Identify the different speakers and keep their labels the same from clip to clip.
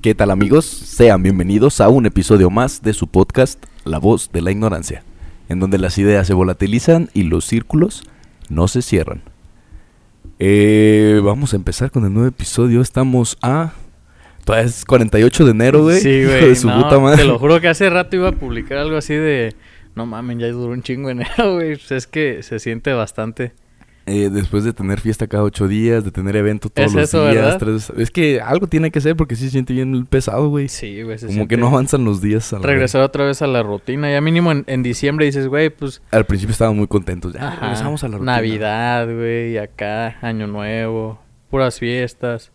Speaker 1: ¿Qué tal amigos? Sean bienvenidos a un episodio más de su podcast La voz de la ignorancia, en donde las ideas se volatilizan y los círculos no se cierran. Eh, vamos a empezar con el nuevo episodio. Estamos a... Todavía es 48 de enero, güey.
Speaker 2: Sí,
Speaker 1: Hijo
Speaker 2: güey.
Speaker 1: de su
Speaker 2: no,
Speaker 1: puta madre.
Speaker 2: Te lo juro que hace rato iba a publicar algo así de. No mamen, ya duró un chingo enero, güey. Pues es que se siente bastante.
Speaker 1: Eh, después de tener fiesta cada ocho días, de tener evento todos
Speaker 2: Es
Speaker 1: los
Speaker 2: eso,
Speaker 1: días,
Speaker 2: ¿verdad?
Speaker 1: tres- es que algo tiene que ser porque sí se siente bien pesado, güey.
Speaker 2: Sí, güey. se
Speaker 1: Como
Speaker 2: siente-
Speaker 1: que no avanzan los días. a la
Speaker 2: Regresar otra vez a la rutina. Ya mínimo en, en diciembre dices, güey, pues.
Speaker 1: vez. Al principio estábamos muy contentos. Ya,
Speaker 2: ajá,
Speaker 1: regresamos a la rutina.
Speaker 2: Navidad, güey. Acá, Año Nuevo. Puras fiestas.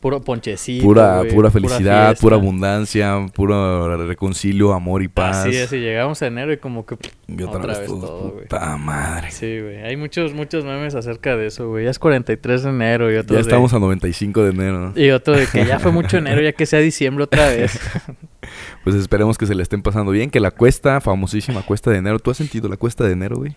Speaker 2: Puro ponchecito.
Speaker 1: Pura,
Speaker 2: güey,
Speaker 1: pura felicidad,
Speaker 2: fiesta.
Speaker 1: pura abundancia, puro reconcilio, amor y paz.
Speaker 2: Así es, y llegamos a enero y como que.
Speaker 1: Y otra, vez, todos,
Speaker 2: güey.
Speaker 1: puta madre.
Speaker 2: Sí, güey. Hay muchos, muchos memes acerca de eso, güey. Ya es 43 de enero y otros
Speaker 1: Ya
Speaker 2: de-
Speaker 1: estamos a 95 de enero. ¿no?
Speaker 2: Y otro de que ya fue mucho enero, ya que sea diciembre otra vez.
Speaker 1: Pues esperemos que se le estén pasando bien, que la cuesta, famosísima cuesta de enero. ¿Tú has sentido la cuesta de enero, güey?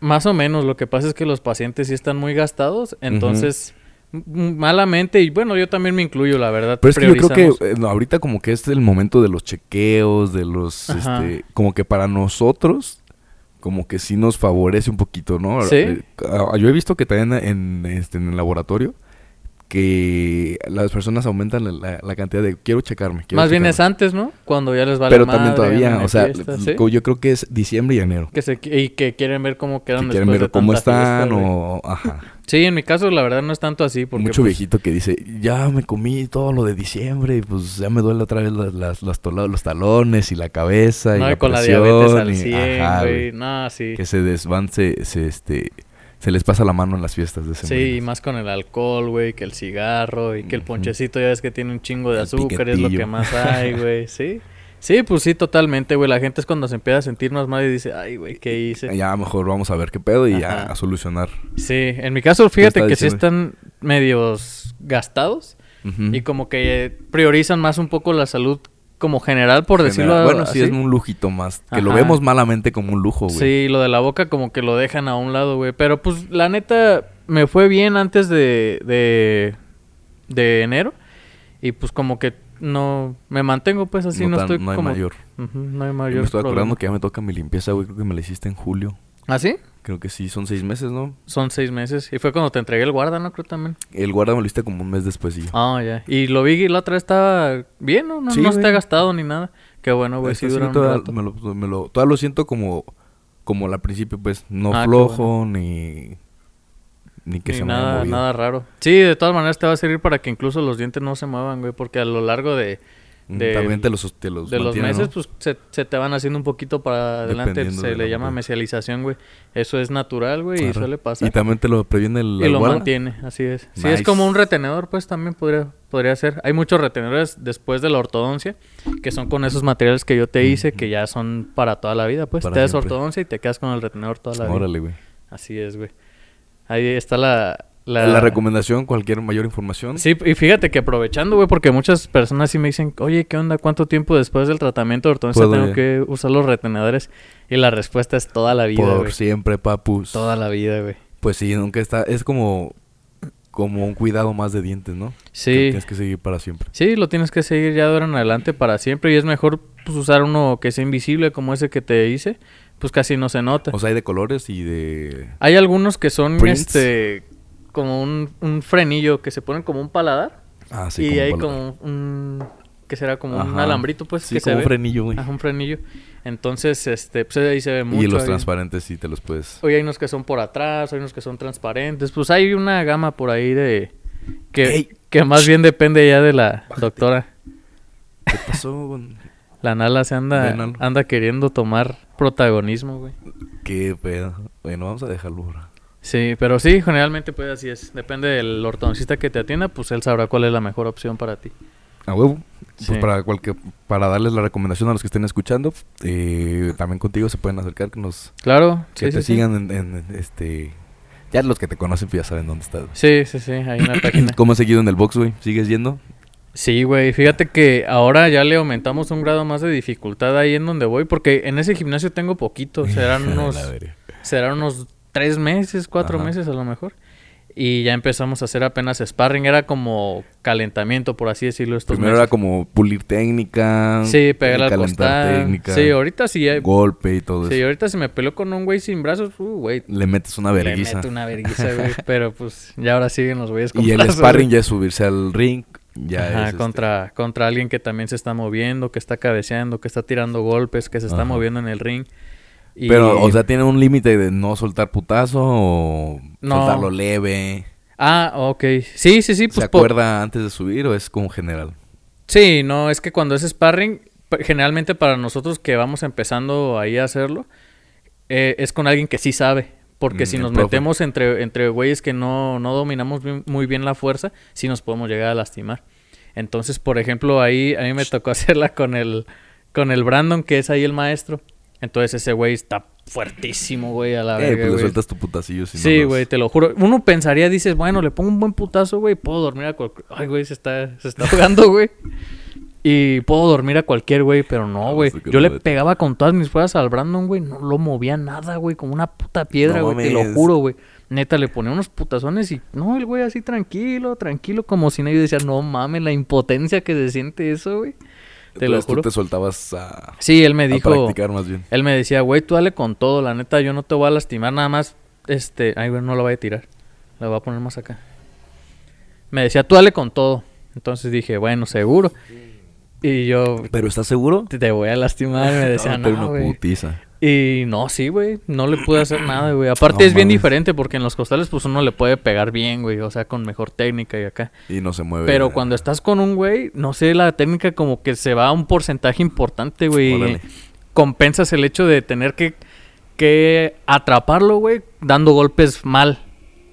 Speaker 2: Más o menos, lo que pasa es que los pacientes sí están muy gastados, entonces m- malamente, y bueno, yo también me incluyo, la verdad.
Speaker 1: Pero es que yo creo
Speaker 2: priorizamos.
Speaker 1: que eh, no, ahorita como que es el momento de los chequeos, de los,
Speaker 2: Ajá.
Speaker 1: este, como que para nosotros, como que sí nos favorece un poquito, ¿no?
Speaker 2: Sí.
Speaker 1: Eh, ah, Yo he visto que también en, este, en el laboratorio que las personas aumentan la, la- la cantidad de quiero checarme. quiero
Speaker 2: Más bien
Speaker 1: checarme".
Speaker 2: es antes, ¿no? Cuando ya les vale
Speaker 1: Pero
Speaker 2: madre,
Speaker 1: también todavía,
Speaker 2: andan en
Speaker 1: o sea,
Speaker 2: fiestas, ¿sí?
Speaker 1: co- yo creo que es diciembre y enero.
Speaker 2: que se, y que quieren ver cómo
Speaker 1: Que
Speaker 2: quedan
Speaker 1: quieren
Speaker 2: después de
Speaker 1: ver cómo
Speaker 2: tanta
Speaker 1: están
Speaker 2: fiesta, güey.
Speaker 1: o... Ajá.
Speaker 2: Sí, en mi caso la verdad no es tanto así porque
Speaker 1: Mucho
Speaker 2: pues,
Speaker 1: viejito que dice, ya me comí todo lo de diciembre y pues ya me duele otra vez las, las- las tola- los talones y la cabeza y
Speaker 2: no, y
Speaker 1: la
Speaker 2: con la
Speaker 1: presión",
Speaker 2: diabetes al
Speaker 1: y-
Speaker 2: 100,
Speaker 1: ajá,
Speaker 2: güey. No, sí.
Speaker 1: Que se desvan, se, se, este, se les pasa la mano en las fiestas de ese
Speaker 2: Sí, y más con el alcohol, güey, que el cigarro y que el
Speaker 1: Ujú.
Speaker 2: ponchecito, ya ves que tiene un chingo de
Speaker 1: El
Speaker 2: azúcar, es lo que
Speaker 1: piquetillo.
Speaker 2: más hay, güey, ¿sí? Sí, pues sí, totalmente, güey. La gente es cuando se empieza a sentir más mal y dice, ay, güey, ¿qué hice?
Speaker 1: Ya mejor vamos a ver qué pedo y ya
Speaker 2: Ajá.
Speaker 1: a solucionar.
Speaker 2: Sí, en mi caso, fíjate
Speaker 1: estás
Speaker 2: que sí
Speaker 1: diciendo?
Speaker 2: están medios gastados
Speaker 1: Ujú.
Speaker 2: y como que eh, priorizan más un poco la salud como general, por
Speaker 1: Genera-
Speaker 2: decirlo
Speaker 1: Bueno, sí,
Speaker 2: así.
Speaker 1: es un lujito más. Que lo
Speaker 2: Ajá.
Speaker 1: vemos malamente como un lujo, güey.
Speaker 2: Sí, lo de la boca como que lo dejan a un lado, güey. Pero pues la neta me fue bien antes de, de, de enero. Y pues como que no me mantengo pues así, no,
Speaker 1: tan-
Speaker 2: estoy
Speaker 1: no hay
Speaker 2: como...
Speaker 1: mayor.
Speaker 2: Ujú, no hay
Speaker 1: Yo
Speaker 2: mayor.
Speaker 1: me estoy
Speaker 2: problema.
Speaker 1: acordando que ya me toca mi limpieza, güey. Creo que me la hiciste en julio.
Speaker 2: ¿Ah, sí?
Speaker 1: Creo que sí, son seis meses, ¿no?
Speaker 2: Son seis meses. Y fue cuando te entregué el guarda, ¿no? Creo también.
Speaker 1: El guarda me lo hiciste como un mes después y yo.
Speaker 2: Ah, ya. Y lo vi y la otra vez estaba bien, ¿no? No,
Speaker 1: Sí,
Speaker 2: no
Speaker 1: güey.
Speaker 2: está gastado ni nada. Qué bueno, güey.
Speaker 1: Este
Speaker 2: Sí,
Speaker 1: sí,
Speaker 2: dura un
Speaker 1: todavía
Speaker 2: rato.
Speaker 1: me lo, me lo- todavía lo siento como, como al principio, pues, no
Speaker 2: Ah, qué
Speaker 1: flojo, ni, ni que
Speaker 2: Ni
Speaker 1: se me haya
Speaker 2: nada,
Speaker 1: movido.
Speaker 2: nada raro. Sí, de todas maneras te va a servir para que incluso los dientes no se muevan, güey. Porque a lo largo de...
Speaker 1: Mm,
Speaker 2: de-
Speaker 1: También te los, te los
Speaker 2: de los
Speaker 1: mantiene, ¿no?
Speaker 2: meses, pues se, se te van haciendo un poquito para adelante.
Speaker 1: Dependiendo
Speaker 2: Se
Speaker 1: de
Speaker 2: le
Speaker 1: la
Speaker 2: llama
Speaker 1: mujer.
Speaker 2: mesialización, güey. Eso es natural, güey, y
Speaker 1: Arre.
Speaker 2: suele pasar.
Speaker 1: Y también te lo previene el
Speaker 2: Y, lo
Speaker 1: guarda.
Speaker 2: mantiene, así es. si es
Speaker 1: Nice.
Speaker 2: como un retenedor, pues también podría, podría ser. Hay muchos retenedores después de la ortodoncia, que son con esos materiales que yo te hice, que ya son para toda la vida, pues.
Speaker 1: Para
Speaker 2: te das
Speaker 1: siempre.
Speaker 2: ortodoncia y te quedas con el retenedor toda la vida.
Speaker 1: Órale, güey.
Speaker 2: Así es, güey. Ahí está la...
Speaker 1: La... recomendación, cualquier mayor información.
Speaker 2: Sí, y fíjate que aprovechando, güey, porque muchas personas sí me dicen, oye, ¿qué onda? ¿Cuánto tiempo después del tratamiento de ortodoncia
Speaker 1: Puedo
Speaker 2: tengo
Speaker 1: ya.
Speaker 2: que usar los retenedores? Y la respuesta es toda la vida,
Speaker 1: por
Speaker 2: güey.
Speaker 1: siempre, papus.
Speaker 2: Toda la vida, güey.
Speaker 1: Pues sí, nunca está... Es como, como un cuidado más de dientes, ¿no?
Speaker 2: Sí.
Speaker 1: Que tienes que seguir para siempre.
Speaker 2: Sí, lo tienes que seguir ya de ahora en adelante para siempre. Y es mejor pues, usar uno que sea invisible como ese que te hice, pues casi no se nota.
Speaker 1: O sea, hay de colores y de...
Speaker 2: Hay algunos que son,
Speaker 1: Prints.
Speaker 2: este, como un, un frenillo que se ponen como un paladar.
Speaker 1: Ah, sí,
Speaker 2: y
Speaker 1: como
Speaker 2: hay
Speaker 1: color.
Speaker 2: como un... que será como un
Speaker 1: Ajá.
Speaker 2: alambrito, pues,
Speaker 1: Sí,
Speaker 2: que se
Speaker 1: como
Speaker 2: ve.
Speaker 1: un frenillo, güey.
Speaker 2: Ajá, un frenillo. Entonces, este, pues ahí se ve mucho.
Speaker 1: Y los
Speaker 2: ahí.
Speaker 1: transparentes sí te los puedes...
Speaker 2: Hoy hay unos que son por atrás, hay unos que son transparentes. Pues hay una gama por ahí de... Que,
Speaker 1: Ey.
Speaker 2: que más bien depende ya de la doctora.
Speaker 1: ¿Qué pasó con...?
Speaker 2: La Nala se anda,
Speaker 1: Ven, Nalo.
Speaker 2: anda queriendo tomar protagonismo, güey.
Speaker 1: Qué pedo. Bueno, vamos a dejarlo ahora.
Speaker 2: Sí, pero sí, generalmente pues así es. Depende del ortodoncista que te atienda, pues él sabrá cuál es la mejor opción para ti.
Speaker 1: A huevo.
Speaker 2: Sí.
Speaker 1: Pues para, cualquier, para darles la recomendación a los que estén escuchando, eh, también contigo se pueden acercar, que nos
Speaker 2: Claro,
Speaker 1: que
Speaker 2: sí,
Speaker 1: te
Speaker 2: sí, sí.
Speaker 1: sigan en, en, este... Ya los que te conocen pues ya saben dónde estás. güey.
Speaker 2: Sí, sí, sí, ahí en la página.
Speaker 1: ¿Cómo has seguido en el box, güey? ¿Sigues yendo?
Speaker 2: Sí, güey, fíjate que ahora ya le aumentamos un grado más de dificultad ahí en donde voy, porque en ese gimnasio tengo poquito, serán
Speaker 1: La
Speaker 2: Pues unos,
Speaker 1: verga.
Speaker 2: serán unos tres meses, cuatro
Speaker 1: Ajá.
Speaker 2: meses a lo mejor. Y ya empezamos a hacer apenas sparring. Era como calentamiento, por así decirlo. Estos
Speaker 1: Primero
Speaker 2: meses.
Speaker 1: era como pulir técnica.
Speaker 2: Sí, pegar al
Speaker 1: calentar
Speaker 2: costado.
Speaker 1: técnica.
Speaker 2: Sí, ahorita sí. hay-
Speaker 1: Golpe y todo
Speaker 2: sí,
Speaker 1: eso.
Speaker 2: ahorita si me peleo con un güey sin brazos, uh, güey.
Speaker 1: Le metes una
Speaker 2: Le
Speaker 1: vergüenza.
Speaker 2: meto una verguiza, güey. Pero pues ya ahora siguen los güeyes con
Speaker 1: Y el
Speaker 2: brazos,
Speaker 1: sparring
Speaker 2: güey.
Speaker 1: ya es subirse al ring. Ya
Speaker 2: Ajá,
Speaker 1: es, este,
Speaker 2: contra, contra alguien que también se está moviendo, que está cabeceando, que está tirando golpes, que se está
Speaker 1: Ajá.
Speaker 2: moviendo en el ring. Y-
Speaker 1: Pero, o sea, tiene un límite de no soltar putazo o
Speaker 2: No.
Speaker 1: soltarlo leve.
Speaker 2: Ah, ok. Sí, sí, sí. Pues,
Speaker 1: ¿Se
Speaker 2: po-
Speaker 1: acuerda antes de subir o es como general?
Speaker 2: Sí, no, es que cuando es sparring, p- generalmente para nosotros que vamos empezando ahí a hacerlo, eh, es con alguien que sí sabe. Porque
Speaker 1: Mm,
Speaker 2: si
Speaker 1: el
Speaker 2: nos
Speaker 1: profe.
Speaker 2: metemos entre, entre güeyes que no, no dominamos bien- muy bien la fuerza, sí nos podemos llegar a lastimar. Entonces, por ejemplo, ahí a mí me tocó hacerla con el, con el Brandon, que es ahí el maestro. Entonces ese güey está fuertísimo, güey, a la
Speaker 1: Eh,
Speaker 2: verga,
Speaker 1: pues le
Speaker 2: güey.
Speaker 1: sueltas tu putacillo. Si no
Speaker 2: Sí,
Speaker 1: los-
Speaker 2: güey, te lo juro. Uno pensaría, dices, bueno, le pongo un buen putazo, güey, puedo dormir a cualquier... Ay, güey, se está, se está ahogando, güey. Y puedo dormir a cualquier güey, pero no,
Speaker 1: No,
Speaker 2: güey.
Speaker 1: sé Ah, que
Speaker 2: Yo le
Speaker 1: no.
Speaker 2: pegaba con todas mis fuerzas al Brandon, güey. No lo movía nada, güey. Como una puta piedra,
Speaker 1: No
Speaker 2: güey. te lo
Speaker 1: mames.
Speaker 2: juro, güey. Neta, le ponía unos putazones y... No, el güey así tranquilo, tranquilo. Como si nadie decía, no mames, la impotencia que se siente eso, güey. Te lo
Speaker 1: Entonces,
Speaker 2: juro.
Speaker 1: Tú te soltabas a,
Speaker 2: Sí, él me
Speaker 1: a
Speaker 2: dijo...
Speaker 1: practicar más bien.
Speaker 2: Él me decía, güey, tú dale con todo, la neta, yo no te voy a lastimar, nada más, este, ay, güey, no lo voy a tirar, la voy a poner más acá. Me decía, tú dale con todo. Entonces dije, bueno, seguro. Y yo,
Speaker 1: ¿Pero estás seguro?
Speaker 2: te te voy a lastimar, me
Speaker 1: Te
Speaker 2: decía,
Speaker 1: va a meter
Speaker 2: no,
Speaker 1: una
Speaker 2: güey.
Speaker 1: putiza.
Speaker 2: Y no, sí, güey, no le pude hacer nada, güey. Aparte
Speaker 1: No
Speaker 2: es bien
Speaker 1: mames.
Speaker 2: diferente porque en los costales, pues uno le puede pegar bien, güey, o sea, con mejor técnica y acá.
Speaker 1: Y no se mueve.
Speaker 2: Pero cuando estás con un güey, no sé, la técnica como que se va a un porcentaje importante, güey.
Speaker 1: Órale.
Speaker 2: Compensas el hecho de tener que, que atraparlo, güey, dando golpes mal.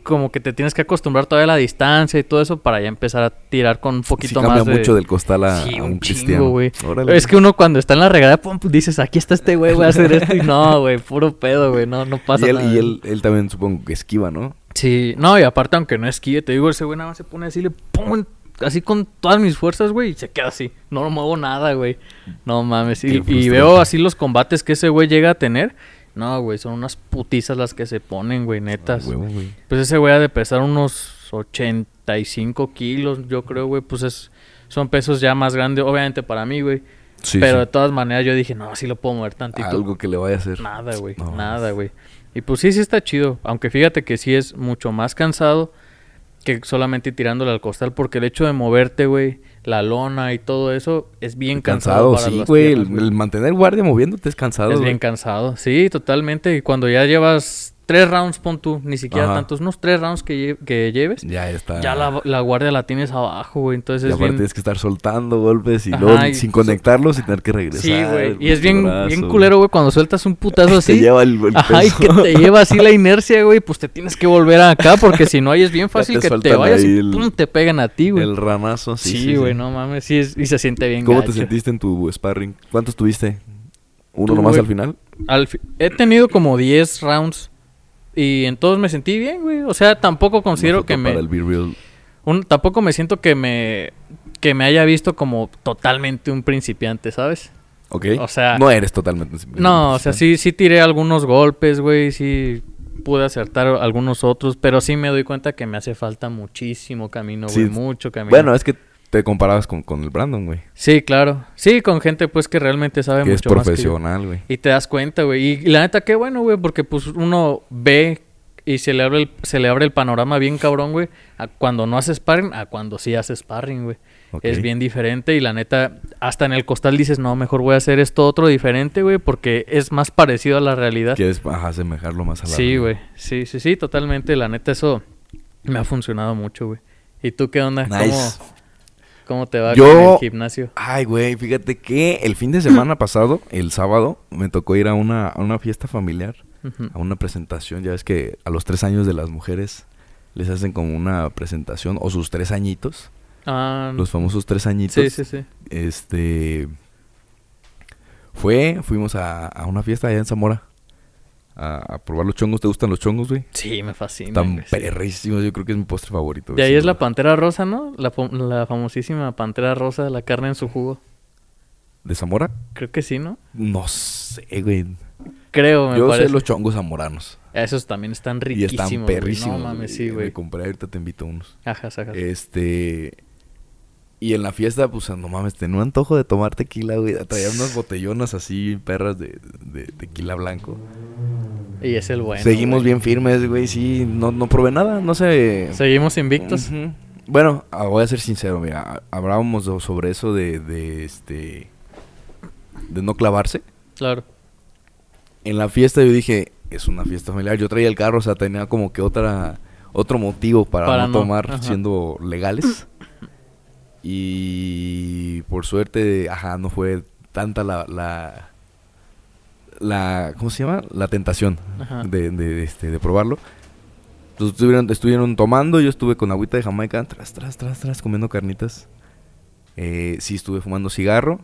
Speaker 2: Como que te tienes que acostumbrar todavía a la distancia y todo eso para ya empezar a tirar con un
Speaker 1: Sí
Speaker 2: poquito
Speaker 1: cambia
Speaker 2: más de...
Speaker 1: mucho del costal a, a
Speaker 2: Sí, un
Speaker 1: un,
Speaker 2: chingo,
Speaker 1: cristiano.
Speaker 2: güey.
Speaker 1: Órale.
Speaker 2: Es que uno cuando está en la regada, pum, dices, aquí está este güey, voy a hacer esto. Y no, güey, puro pedo, güey, no, no pasa
Speaker 1: y él,
Speaker 2: nada.
Speaker 1: y él, él también supongo que esquiva, ¿no?
Speaker 2: Sí, no, y aparte, aunque no esquíe, te digo, ese güey nada más se pone así, le pum, así con todas mis fuerzas, güey, y se queda así. No muevo nada, güey. No mames.
Speaker 1: Qué
Speaker 2: Y, y
Speaker 1: frustrante.
Speaker 2: veo así los combates que ese güey llega a tener. No, güey, son unas putizas las que se ponen, güey, netas.
Speaker 1: Ah, huevo, güey.
Speaker 2: pues ese güey ha de pesar unos 85 kilos, yo creo, güey, pues es, son pesos ya más grandes, obviamente para mí, güey.
Speaker 1: Sí,
Speaker 2: Pero de
Speaker 1: sí.
Speaker 2: todas maneras yo dije, no, sí lo puedo mover tantito.
Speaker 1: Algo que le vaya a hacer.
Speaker 2: Nada, güey.
Speaker 1: No,
Speaker 2: nada, güey. Y pues sí, sí está chido. Aunque fíjate que sí es mucho más cansado que solamente tirándole al costal. Porque el hecho de moverte, güey, la lona y todo eso es bien cansado.
Speaker 1: Cansado,
Speaker 2: para
Speaker 1: sí,
Speaker 2: las
Speaker 1: güey.
Speaker 2: piernas,
Speaker 1: El, el mantener guardia moviéndote es cansado.
Speaker 2: Es
Speaker 1: güey.
Speaker 2: bien cansado. Sí, totalmente. Y cuando ya llevas tres rounds, pon tú, ni siquiera
Speaker 1: Ajá.
Speaker 2: tantos, unos tres rounds que, lle- que lleves,
Speaker 1: Ya está.
Speaker 2: ya la, la guardia la tienes abajo, güey. Entonces
Speaker 1: Y
Speaker 2: es
Speaker 1: aparte
Speaker 2: bien...
Speaker 1: tienes que estar soltando golpes y
Speaker 2: Ajá,
Speaker 1: luego
Speaker 2: y- pues,
Speaker 1: sin conectarlos y tener que regresar.
Speaker 2: Sí, güey. Y
Speaker 1: pinche
Speaker 2: es bien,
Speaker 1: brazo,
Speaker 2: bien
Speaker 1: güey.
Speaker 2: culero, güey, cuando sueltas un putazo así.
Speaker 1: Te lleva el, el
Speaker 2: Ay,
Speaker 1: peso.
Speaker 2: que te lleva así la inercia, güey. Pues te tienes que volver acá porque si no, ahí es bien fácil
Speaker 1: te
Speaker 2: que te
Speaker 1: sueltan
Speaker 2: vayas
Speaker 1: ahí
Speaker 2: y
Speaker 1: el-
Speaker 2: pum, te pegan a ti, güey.
Speaker 1: El ranazo, sí.
Speaker 2: sí, güey, no mames. Sí, es- y se siente bien
Speaker 1: ¿Cómo
Speaker 2: gacho.
Speaker 1: te sentiste en tu sparring? ¿Cuántos tuviste? ¿Uno
Speaker 2: Tú,
Speaker 1: nomás
Speaker 2: güey.
Speaker 1: al final?
Speaker 2: Al fi- He tenido como 10 rounds y en todos me sentí bien, güey. O sea, tampoco considero
Speaker 1: Una foto
Speaker 2: que me...
Speaker 1: Para el Be Real.
Speaker 2: un- tampoco me siento que me... Que me haya visto como totalmente un principiante, ¿sabes?
Speaker 1: Ok.
Speaker 2: O sea-
Speaker 1: No eres totalmente.
Speaker 2: No, o sea, sí, sí tiré algunos golpes, güey, sí pude acertar algunos otros, pero sí me doy cuenta que me hace falta muchísimo camino,
Speaker 1: Sí.
Speaker 2: güey, mucho camino.
Speaker 1: Bueno, es que te comparabas con, con el Brandon, güey.
Speaker 2: Sí, claro. Sí, con gente pues que realmente sabe
Speaker 1: Que es
Speaker 2: mucho más que yo.
Speaker 1: profesional, güey.
Speaker 2: Y te das cuenta, güey. Y la neta, qué bueno, güey, porque pues uno ve y se le abre el, se le abre el panorama bien cabrón, güey, a cuando no hace sparring, a cuando sí hace sparring, güey.
Speaker 1: Ok.
Speaker 2: Es bien diferente y la neta, hasta en el costal dices, no, mejor voy a hacer esto otro diferente, güey, porque es más parecido a la realidad.
Speaker 1: Quieres ajá, asemejarlo más a la.
Speaker 2: Sí, güey. Sí, sí, sí, totalmente. La neta, eso me ha funcionado mucho, güey. ¿Y tú qué onda?
Speaker 1: Nice.
Speaker 2: ¿Cómo, cómo te va
Speaker 1: Yo-
Speaker 2: con el gimnasio?
Speaker 1: Ay, güey, fíjate que el fin de semana pasado, el sábado, me tocó ir a una, a una fiesta familiar,
Speaker 2: Ujú.
Speaker 1: a una presentación. Ya ves que a los tres años de las mujeres les hacen como una presentación, o sus tres añitos,
Speaker 2: Ah,
Speaker 1: los famosos tres añitos.
Speaker 2: sí, sí, sí.
Speaker 1: Este. Fue, fuimos a, a una fiesta allá en Zamora a, a probar los chongos. ¿Te gustan los chongos, güey?
Speaker 2: Sí, me fascina.
Speaker 1: Están
Speaker 2: güey, sí.
Speaker 1: perrísimos, yo creo que es mi postre favorito.
Speaker 2: De
Speaker 1: güey,
Speaker 2: ahí
Speaker 1: sin
Speaker 2: es la
Speaker 1: duda.
Speaker 2: pantera rosa, ¿no? La, fam- la famosísima pantera rosa, la carne en su jugo.
Speaker 1: ¿De Zamora?
Speaker 2: Creo que sí, ¿no?
Speaker 1: No sé, güey.
Speaker 2: Creo, me
Speaker 1: Yo
Speaker 2: parece.
Speaker 1: sé los chongos zamoranos.
Speaker 2: Esos también están
Speaker 1: Y
Speaker 2: riquísimos.
Speaker 1: están
Speaker 2: güey.
Speaker 1: perrísimos.
Speaker 2: No mames,
Speaker 1: güey.
Speaker 2: sí, güey.
Speaker 1: Me compré, ahorita te invito unos.
Speaker 2: Ajas, ajas.
Speaker 1: Este. Y en la fiesta, pues no mames, tenía un antojo de tomar tequila, güey. Traía unas botellonas así, perras de, de tequila blanco.
Speaker 2: y es el bueno.
Speaker 1: Seguimos
Speaker 2: güey.
Speaker 1: bien firmes, güey, sí. No, no probé nada, no sé.
Speaker 2: Seguimos invictos.
Speaker 1: Ujú. Bueno, ah, voy a ser sincero, mira, ah, hablábamos do- sobre eso de, de este de no clavarse.
Speaker 2: Claro.
Speaker 1: En la fiesta yo dije, es una fiesta familiar. Yo traía el carro, o sea, tenía como que otra otro motivo para,
Speaker 2: Para
Speaker 1: no,
Speaker 2: no,
Speaker 1: tomar
Speaker 2: ajá.
Speaker 1: siendo legales. Y por suerte, ajá, no fue tanta la la, la- ¿cómo se llama? La tentación
Speaker 2: Ajá.
Speaker 1: de, de- de, este, de probarlo. Entonces estuvieron, estuvieron tomando, yo estuve con agüita de Jamaica, tras, tras, tras, tras, comiendo carnitas. Eh, sí, estuve fumando cigarro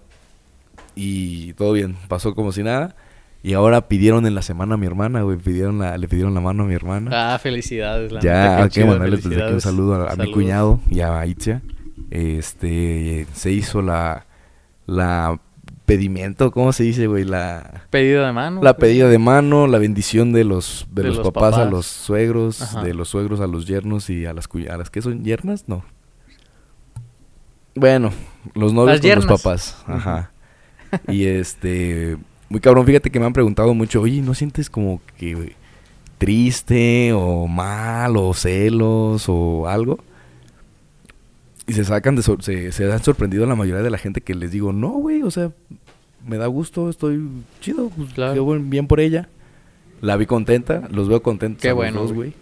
Speaker 1: y todo bien, pasó como si nada. Y ahora pidieron en la semana a mi hermana, güey, pidieron la, le pidieron la mano a mi hermana.
Speaker 2: Ah, felicidades. La neta,
Speaker 1: ya,
Speaker 2: qué
Speaker 1: hay que
Speaker 2: chido,
Speaker 1: mandarle desde aquí un
Speaker 2: felicidades.
Speaker 1: saludo a, a mi
Speaker 2: Saludos.
Speaker 1: cuñado y a Itzia. Este, se hizo la, la pedimento, ¿cómo se dice, güey? La...
Speaker 2: Pedido de mano.
Speaker 1: La
Speaker 2: güey.
Speaker 1: pedida de mano, la bendición de los, de
Speaker 2: De
Speaker 1: los,
Speaker 2: los
Speaker 1: papás, a
Speaker 2: papás.
Speaker 1: los suegros,
Speaker 2: Ajá.
Speaker 1: de los suegros a los yernos y a las cuy- a las que son yernas, no. Bueno, los novios
Speaker 2: Las
Speaker 1: con los
Speaker 2: yernas.
Speaker 1: papás, ajá. y este, muy cabrón, fíjate que me han preguntado mucho, oye, ¿no sientes como que triste o mal o celos o algo? Y se sacan de sor- se, se han sorprendido la mayoría de la gente que les digo, no, güey, o sea, me da gusto, estoy chido, pues
Speaker 2: Claro.
Speaker 1: qué buen- bien por ella. La vi contenta, los veo contentos.
Speaker 2: Qué
Speaker 1: a los
Speaker 2: bueno,
Speaker 1: dos,
Speaker 2: güey.
Speaker 1: güey.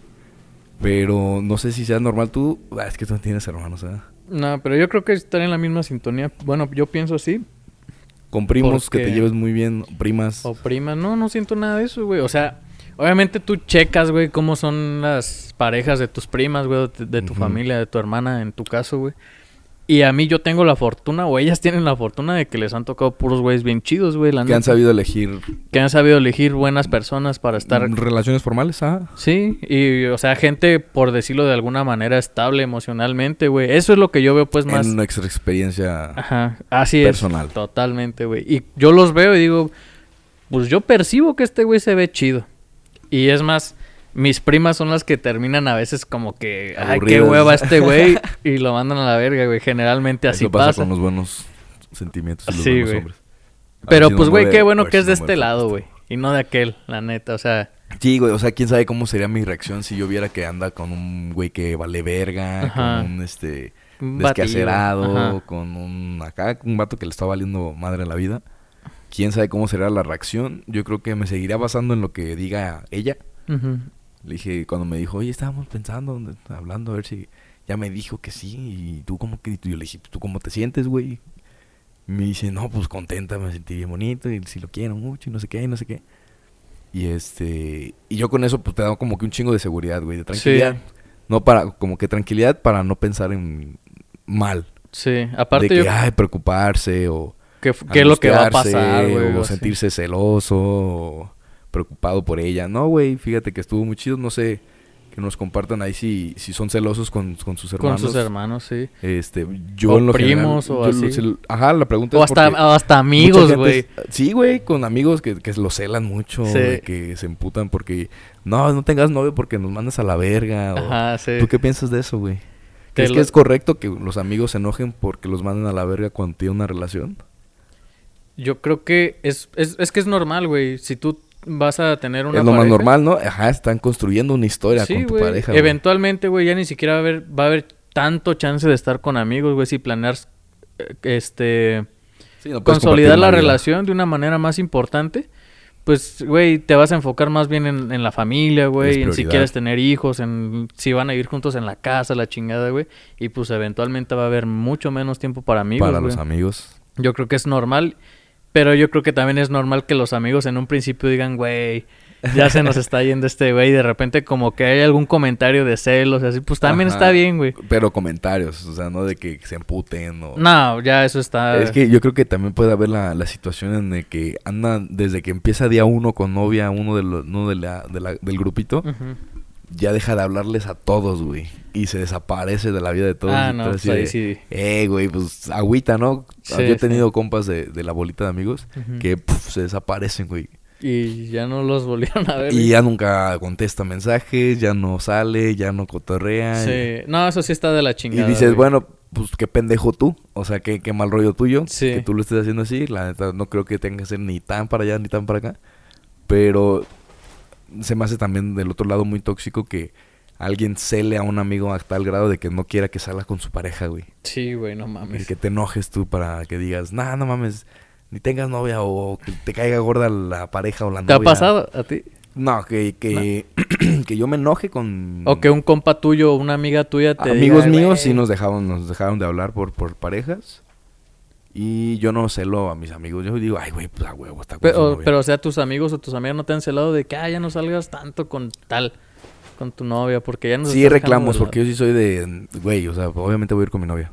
Speaker 1: Pero no sé si sea normal tú. ah, Es que tú no tienes hermanos, ¿eh?
Speaker 2: No, pero yo creo que están en la misma sintonía. Bueno, yo pienso así.
Speaker 1: Con primos que te
Speaker 2: Porque-
Speaker 1: lleves muy bien, primas.
Speaker 2: O primas. No, no siento nada de eso, güey. O sea, obviamente tú checas, güey, cómo son las parejas de tus primas, güey, de, de tu
Speaker 1: Ujú.
Speaker 2: familia, de tu hermana, en tu caso, güey. Y a mí yo tengo la fortuna, o ellas tienen la fortuna de que les han tocado puros güeyes bien chidos, güey. la
Speaker 1: que han
Speaker 2: neta.
Speaker 1: sabido elegir
Speaker 2: que han sabido elegir buenas personas para estar...
Speaker 1: mm, relaciones formales, ah.
Speaker 2: Sí, y o sea, gente, por decirlo de alguna manera, estable emocionalmente, güey. Eso es lo que yo veo, pues, más...
Speaker 1: En nuestra experiencia.
Speaker 2: Ajá, así
Speaker 1: Personal.
Speaker 2: es. Totalmente, güey. Y yo los veo y digo, pues yo percibo que este güey se ve chido. Y es más, mis primas son las que terminan a veces como que, ay, qué
Speaker 1: Aburridas.
Speaker 2: hueva este güey. y lo mandan a la verga, güey. Generalmente así
Speaker 1: eso pasa,
Speaker 2: pasa.
Speaker 1: con los buenos sentimientos y los
Speaker 2: Sí,
Speaker 1: buenos
Speaker 2: güey.
Speaker 1: hombres.
Speaker 2: Pero
Speaker 1: Haber
Speaker 2: pues,
Speaker 1: sido
Speaker 2: güey,
Speaker 1: hombre-
Speaker 2: qué bueno
Speaker 1: haber
Speaker 2: que es de
Speaker 1: sido hombre
Speaker 2: este lado, güey.
Speaker 1: fantástico.
Speaker 2: Y no de aquel, la neta. O sea,
Speaker 1: Sí, güey, o sea, quién sabe cómo sería mi reacción si yo viera que anda con un güey que vale verga,
Speaker 2: Ajá.
Speaker 1: con un este
Speaker 2: Un batillo,
Speaker 1: desquacerado,
Speaker 2: ajá.
Speaker 1: con un acá, un vato que le está valiendo madre a la vida. Quién sabe cómo será la reacción. Yo creo que me seguirá basando en lo que diga ella.
Speaker 2: ujú.
Speaker 1: Le dije, cuando me dijo, oye, estábamos pensando, hablando, a ver si. Ya me dijo que sí, y tú como que. Yo le dije, ¿tú cómo te sientes, güey? Me dice, no, pues contenta, me sentí bien bonito, y si lo quiero mucho, y no sé qué, y no sé qué. Y este. Y yo con eso, pues te da como que un chingo de seguridad, güey, de tranquilidad.
Speaker 2: Sí.
Speaker 1: No para, como que tranquilidad para no pensar en mal.
Speaker 2: Sí, aparte
Speaker 1: de que,
Speaker 2: yo...
Speaker 1: ay, preocuparse, o.
Speaker 2: ¿Qué, f- qué es lo que va a
Speaker 1: angustiarse,
Speaker 2: pasar, güey?
Speaker 1: O
Speaker 2: así.
Speaker 1: sentirse celoso, o preocupado por ella. No, güey, fíjate que estuvo muy chido. No sé, que nos compartan ahí si, si son celosos con, con sus hermanos.
Speaker 2: Con sus hermanos, sí.
Speaker 1: Este, yo
Speaker 2: O
Speaker 1: en lo
Speaker 2: primos,
Speaker 1: general,
Speaker 2: o
Speaker 1: yo lo-
Speaker 2: así.
Speaker 1: se- ajá, la pregunta
Speaker 2: O
Speaker 1: es
Speaker 2: hasta,
Speaker 1: porque
Speaker 2: o hasta
Speaker 1: mucha
Speaker 2: amigos,
Speaker 1: gente
Speaker 2: güey.
Speaker 1: es- Sí, güey, con amigos que, que lo celan mucho,
Speaker 2: Sí.
Speaker 1: de que se emputan porque... No, no tengas novio porque nos mandas a la verga. o-
Speaker 2: Ajá, sí.
Speaker 1: "Ah, ¿Tú qué piensas de eso, güey?
Speaker 2: Te
Speaker 1: ¿Crees
Speaker 2: lo-
Speaker 1: que es correcto que los amigos se enojen porque los mandan a la verga cuando tienen una relación?
Speaker 2: Yo creo que es, es, es que es normal, güey. Si tú vas a tener una
Speaker 1: es lo más
Speaker 2: pareja-
Speaker 1: normal, ¿no? Ajá, están construyendo una historia
Speaker 2: Sí,
Speaker 1: con tu
Speaker 2: güey.
Speaker 1: pareja. güey.
Speaker 2: Eventualmente, güey, ya ni siquiera va a haber, va a haber tanto chance de estar con amigos, güey, si planeas eh, este
Speaker 1: Sí, no puedes
Speaker 2: consolidar
Speaker 1: compartir vida.
Speaker 2: la relación de una manera más importante. Pues, güey, te vas a enfocar más bien en, en la familia,
Speaker 1: Es
Speaker 2: güey, en si
Speaker 1: prioridad.
Speaker 2: quieres tener hijos, en si van a vivir juntos en la casa, la chingada, güey. Y pues eventualmente va a haber mucho menos tiempo para amigos,
Speaker 1: Para
Speaker 2: güey.
Speaker 1: los amigos.
Speaker 2: Yo creo que es normal, pero yo creo que también es normal que los amigos en un principio digan, güey, ya se nos está yendo este güey, y de repente como que hay algún comentario de celos, y así, pues también
Speaker 1: Ajá.
Speaker 2: está bien, güey.
Speaker 1: Pero comentarios, o sea, no de que se emputen o...
Speaker 2: No, ya eso está...
Speaker 1: Es que yo creo que también puede haber la, la situación en la que andan desde que empieza día uno con novia, uno, de los- uno de la- de la- del grupito,
Speaker 2: Ujú.
Speaker 1: ya deja de hablarles a todos, güey. Y se desaparece de la vida de todos.
Speaker 2: Ah,
Speaker 1: y
Speaker 2: no,
Speaker 1: todo
Speaker 2: pues
Speaker 1: así
Speaker 2: ahí
Speaker 1: de,
Speaker 2: sí.
Speaker 1: Eh, güey, pues agüita, ¿no?
Speaker 2: Sí,
Speaker 1: Yo he
Speaker 2: sí.
Speaker 1: tenido compas de, de la bolita de amigos
Speaker 2: Ujú.
Speaker 1: que puf, se desaparecen, güey.
Speaker 2: Y ya no los volvieron a ver.
Speaker 1: Y ya nunca contesta mensajes, ya no sale, ya no cotorrea. y-
Speaker 2: Sí. No, eso sí está de la
Speaker 1: Y
Speaker 2: chingada.
Speaker 1: dices,
Speaker 2: güey.
Speaker 1: bueno, pues qué pendejo tú. O sea, qué, qué mal rollo tuyo.
Speaker 2: Sí.
Speaker 1: Que tú lo estés haciendo así. La neta, no creo que tenga que ser ni tan para allá ni tan para acá. Pero se me hace también del otro lado muy tóxico que alguien cele a un amigo a tal grado de que no quiera que salga con su pareja, güey.
Speaker 2: Sí, güey, no mames.
Speaker 1: El que te enojes tú para que digas, nah, no mames, ni tengas novia o que te caiga gorda la pareja o la
Speaker 2: ¿Te
Speaker 1: novia.
Speaker 2: ha pasado a ti?
Speaker 1: No, que, que, que yo me enoje con
Speaker 2: O que un compa tuyo o una amiga tuya te
Speaker 1: Mm. amigos
Speaker 2: diga,
Speaker 1: míos
Speaker 2: "Güey".
Speaker 1: sí nos dejaron, nos dejaron de hablar por, por parejas. Y yo no celo a mis amigos. Yo digo, ay, güey, pues a huevo, está con su
Speaker 2: Pero,
Speaker 1: novia".
Speaker 2: pero, o sea, tus amigos o tus amigas no te han celado de que ah, ya no salgas tanto con tal, con tu novia, porque ya no
Speaker 1: Sí reclamos, porque yo sí soy de, güey, o sea, obviamente voy a ir con mi novia.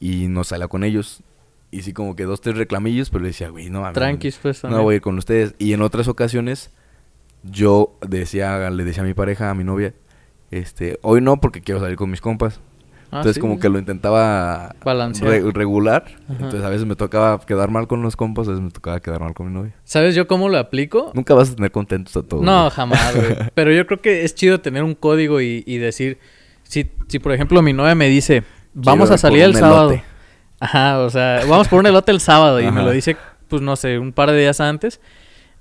Speaker 1: Y nos salía con ellos. Y sí como que dos, tres reclamillos, pero le decía, güey, no mames.
Speaker 2: Tranquis, pues,
Speaker 1: No
Speaker 2: también.
Speaker 1: voy a ir con ustedes. Y en otras ocasiones, yo decía, le decía a mi pareja, a mi novia, este, hoy no porque quiero salir con mis compas.
Speaker 2: Ah,
Speaker 1: Entonces
Speaker 2: sí,
Speaker 1: como
Speaker 2: sí.
Speaker 1: que lo intentaba
Speaker 2: Balancear.
Speaker 1: re- regular.
Speaker 2: Ajá.
Speaker 1: Entonces a veces me tocaba quedar mal con los compas, a veces me tocaba quedar mal con mi novia.
Speaker 2: ¿Sabes yo cómo lo aplico?
Speaker 1: Nunca vas a tener contentos a todos.
Speaker 2: Oh. No,
Speaker 1: güey.
Speaker 2: jamás, güey. Pero yo creo que es chido tener un código y, y decir, si, si por ejemplo mi novia me dice, vamos
Speaker 1: Quiero
Speaker 2: a
Speaker 1: ir por
Speaker 2: salir el
Speaker 1: un
Speaker 2: sábado.
Speaker 1: elote.
Speaker 2: Ajá, o sea, vamos por un elote el sábado y me
Speaker 1: Ajá.
Speaker 2: lo dice, pues no sé, un par de días antes.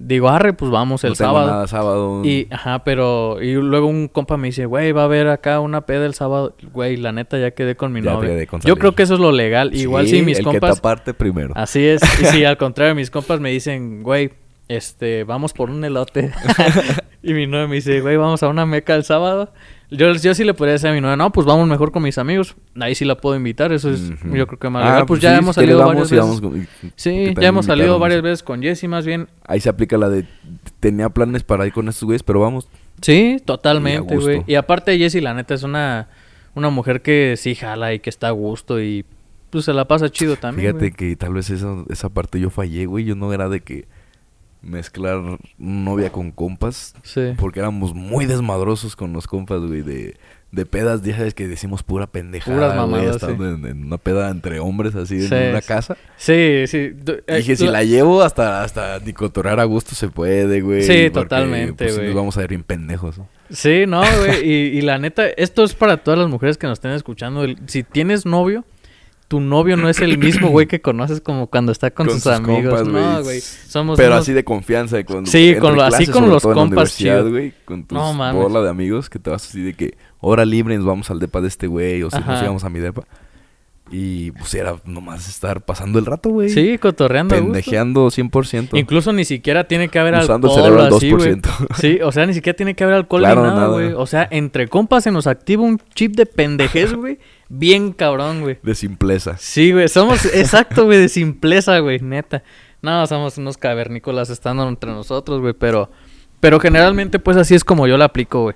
Speaker 2: Digo, arre, pues vamos el
Speaker 1: No tengo
Speaker 2: sábado.
Speaker 1: nada sábado.
Speaker 2: Y, ajá, pero... Y luego un compa me dice, güey, va a haber acá una peda el sábado. Güey, la neta, ya quedé con mi
Speaker 1: Ya
Speaker 2: novia.
Speaker 1: quedé con
Speaker 2: Yo
Speaker 1: salir.
Speaker 2: creo que eso es lo legal. Igual si
Speaker 1: Sí,
Speaker 2: mis
Speaker 1: el que
Speaker 2: compas... Ah,
Speaker 1: taparte primero.
Speaker 2: Así es. Y si al contrario, mis compas me dicen, güey, este, vamos por un elote. y mi novia me dice, güey, vamos a una meca el sábado. Yo, yo sí le podría decir a mi novia, no, pues vamos mejor con mis amigos. Ahí sí la puedo invitar, eso es,
Speaker 1: Ujú.
Speaker 2: yo creo que más
Speaker 1: Ah,
Speaker 2: legal. Pues, ya
Speaker 1: sí,
Speaker 2: hemos
Speaker 1: si quieres
Speaker 2: salido
Speaker 1: vamos
Speaker 2: varias
Speaker 1: y
Speaker 2: veces.
Speaker 1: vamos con- y- que
Speaker 2: Sí,
Speaker 1: también
Speaker 2: ya hemos salido
Speaker 1: invitaron,
Speaker 2: varias
Speaker 1: sí.
Speaker 2: veces con Jessy, más bien
Speaker 1: Ahí se aplica la de tenía planes para ir con estos güeyes, pero vamos.
Speaker 2: Sí, totalmente,
Speaker 1: gusto.
Speaker 2: güey. Y aparte Jessie, la neta, es una, una mujer que sí jala y que está a gusto y pues se la pasa chido también.
Speaker 1: Fíjate
Speaker 2: güey.
Speaker 1: que tal vez esa, esa parte yo fallé, güey. Yo no era de que mezclar novia con compas.
Speaker 2: Sí.
Speaker 1: Porque éramos muy desmadrosos con los compas, güey, de, de pedas, ya sabes que decimos pura pendejada,
Speaker 2: Puras
Speaker 1: güey,
Speaker 2: mamadas,
Speaker 1: estando
Speaker 2: sí.
Speaker 1: en, en una peda entre hombres así
Speaker 2: Sí,
Speaker 1: en una
Speaker 2: sí.
Speaker 1: casa.
Speaker 2: Sí, sí. Du- eh,
Speaker 1: Dije, si
Speaker 2: lo-
Speaker 1: la llevo hasta hasta ni cotorrear a gusto se puede, güey.
Speaker 2: Sí,
Speaker 1: porque,
Speaker 2: totalmente,
Speaker 1: pues, sí
Speaker 2: güey.
Speaker 1: nos vamos a ver bien pendejos. ¿no?
Speaker 2: Sí, no, güey. Y, y la neta, esto es para todas las mujeres que nos estén escuchando. El- Si tienes novio, tu novio no es el mismo güey que conoces como cuando está con,
Speaker 1: Con
Speaker 2: sus,
Speaker 1: sus
Speaker 2: amigos.
Speaker 1: compas,
Speaker 2: no,
Speaker 1: güey.
Speaker 2: güey. Somos
Speaker 1: Pero
Speaker 2: unos-
Speaker 1: así de confianza. y Cuando,
Speaker 2: Sí,
Speaker 1: entre
Speaker 2: con lo- así
Speaker 1: clases,
Speaker 2: con
Speaker 1: sobre
Speaker 2: los
Speaker 1: todo en la
Speaker 2: compas,
Speaker 1: universidad,
Speaker 2: chido.
Speaker 1: güey, con tus
Speaker 2: No mames.
Speaker 1: bola de amigos que te vas así de que hora libre nos vamos al depa de este güey o si
Speaker 2: Ajá.
Speaker 1: nos íbamos a mi depa. Y pues era nomás estar pasando el rato, güey.
Speaker 2: Sí, cotorreando. a gusto.
Speaker 1: Pendejeando 100%.
Speaker 2: Incluso ni siquiera tiene que haber
Speaker 1: Usando el
Speaker 2: alcohol
Speaker 1: cerebro al
Speaker 2: así, güey.
Speaker 1: 2%.
Speaker 2: Sí, o sea, ni siquiera tiene que haber alcohol
Speaker 1: Claro,
Speaker 2: ni nada,
Speaker 1: nada.
Speaker 2: güey. O sea, entre compas se nos activa un chip de pendejez, güey. Bien cabrón, güey.
Speaker 1: De simpleza.
Speaker 2: Sí, güey. Somos, exacto, güey, de simpleza, güey, neta. No, somos unos cavernícolas estando entre nosotros, güey, pero... Pero generalmente, pues, así es como yo la aplico, güey.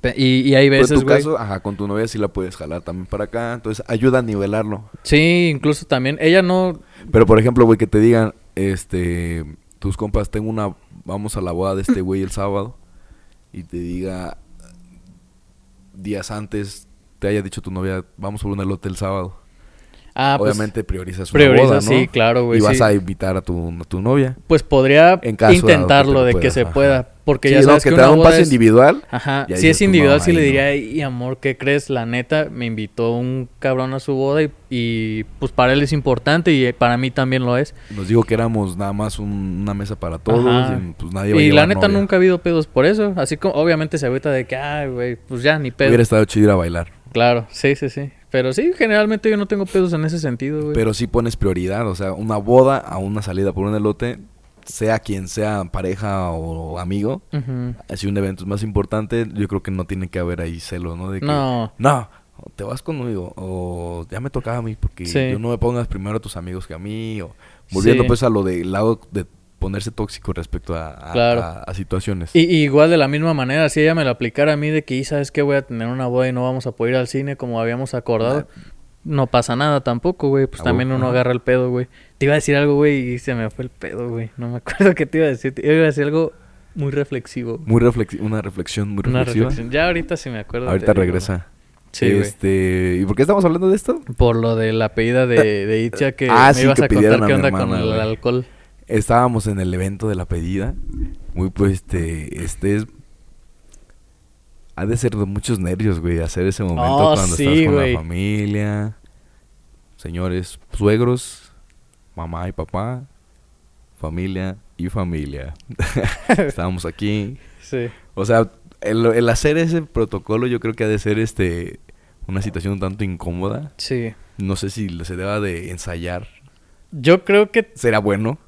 Speaker 2: Pe- Y, y hay
Speaker 1: Pero en
Speaker 2: veces,
Speaker 1: tu
Speaker 2: güey...
Speaker 1: caso, ajá, con tu novia sí la puedes jalar también para acá. Entonces, ayuda a nivelarlo.
Speaker 2: Sí, incluso también... Ella no...
Speaker 1: Pero, por ejemplo, güey, que te digan, este, tus compas, tengo una, vamos a la boda de este güey el sábado. Y te diga, días antes, te haya dicho tu novia, vamos por un elote el sábado.
Speaker 2: Ah, pues,
Speaker 1: Obviamente priorizas una
Speaker 2: priorizas,
Speaker 1: boda, ¿no?
Speaker 2: sí, claro, güey,
Speaker 1: Y vas
Speaker 2: sí.
Speaker 1: a invitar a tu, a tu novia.
Speaker 2: pues podría
Speaker 1: En caso dado que te
Speaker 2: intentarlo de que
Speaker 1: puedas,
Speaker 2: se
Speaker 1: ajá.
Speaker 2: pueda. Porque
Speaker 1: Sí,
Speaker 2: ya
Speaker 1: no,
Speaker 2: sabes
Speaker 1: que,
Speaker 2: que,
Speaker 1: te
Speaker 2: una
Speaker 1: dan un
Speaker 2: boda
Speaker 1: pase
Speaker 2: es-
Speaker 1: individual.
Speaker 2: Ajá,
Speaker 1: y ahí
Speaker 2: si es
Speaker 1: dices, no,
Speaker 2: individual, sí
Speaker 1: ahí
Speaker 2: le
Speaker 1: no.
Speaker 2: diría, y amor, ¿qué crees? La neta, me invitó un cabrón a su boda y, y, pues para él es importante y eh, para mí también lo es.
Speaker 1: Nos dijo que éramos nada más un- una mesa para todos.
Speaker 2: Ajá.
Speaker 1: Y, pues nadie va a
Speaker 2: Y la
Speaker 1: llevar
Speaker 2: neta
Speaker 1: novia.
Speaker 2: nunca ha habido pedos por eso. Así como, obviamente se agüita de que, ay, güey, pues ya, ni pedo.
Speaker 1: Hubiera estado chido ir a bailar.
Speaker 2: Claro, sí, sí, sí. Pero sí, generalmente yo no tengo pedos en ese sentido, güey.
Speaker 1: Pero sí pones prioridad, o sea, una boda a una salida por un elote, sea quien sea, pareja o amigo,
Speaker 2: Ujú.
Speaker 1: si un evento es más importante, yo creo que no tiene que haber ahí celo, ¿no? De que,
Speaker 2: No.
Speaker 1: "No, te vas conmigo, o ya me tocaba a mí, porque
Speaker 2: Sí.
Speaker 1: yo no me pongas primero a tus amigos que a mí, o volviendo
Speaker 2: Sí.
Speaker 1: pues a lo del lado de ponerse tóxico respecto a, a-
Speaker 2: Claro.
Speaker 1: a- a situaciones.
Speaker 2: Y, y igual de la misma manera, si ella me lo aplicara a mí de que, "Y, ¿sabes qué? Voy a tener una boda y no vamos a poder ir al cine como habíamos acordado. No pasa nada tampoco, güey. Pues
Speaker 1: Ah,
Speaker 2: también
Speaker 1: güey,
Speaker 2: uno
Speaker 1: ajá.
Speaker 2: agarra el pedo, güey. Te iba a decir algo, güey, y se me fue el pedo, güey. No me acuerdo qué te iba a decir. Te iba a decir algo muy reflexivo. güey.
Speaker 1: Muy reflexi- una reflexión muy
Speaker 2: Una
Speaker 1: reflexiva.
Speaker 2: reflexión. Ya ahorita sí me acuerdo. te
Speaker 1: Ahorita
Speaker 2: digo,
Speaker 1: regresa.
Speaker 2: güey. Sí, güey.
Speaker 1: este, ¿Y por qué estamos hablando de esto?
Speaker 2: Por lo de la pedida de, de Itzia que
Speaker 1: Ah,
Speaker 2: me
Speaker 1: sí,
Speaker 2: ibas
Speaker 1: que
Speaker 2: a
Speaker 1: pidieron
Speaker 2: contar
Speaker 1: a
Speaker 2: qué
Speaker 1: mi
Speaker 2: onda
Speaker 1: hermana,
Speaker 2: con el
Speaker 1: güey.
Speaker 2: alcohol.
Speaker 1: estábamos en el evento de la pedida. Muy pues este, este es... Ha de ser de muchos nervios, güey, hacer ese momento
Speaker 2: Oh,
Speaker 1: cuando
Speaker 2: sí,
Speaker 1: estás con
Speaker 2: güey.
Speaker 1: la familia. Señores, suegros, mamá y papá, familia y familia. estábamos aquí.
Speaker 2: Sí.
Speaker 1: O sea, el, el hacer ese protocolo yo creo que ha de ser este una situación un tanto incómoda.
Speaker 2: Sí.
Speaker 1: No sé si se deba de ensayar.
Speaker 2: Yo creo que...
Speaker 1: ¿Será bueno?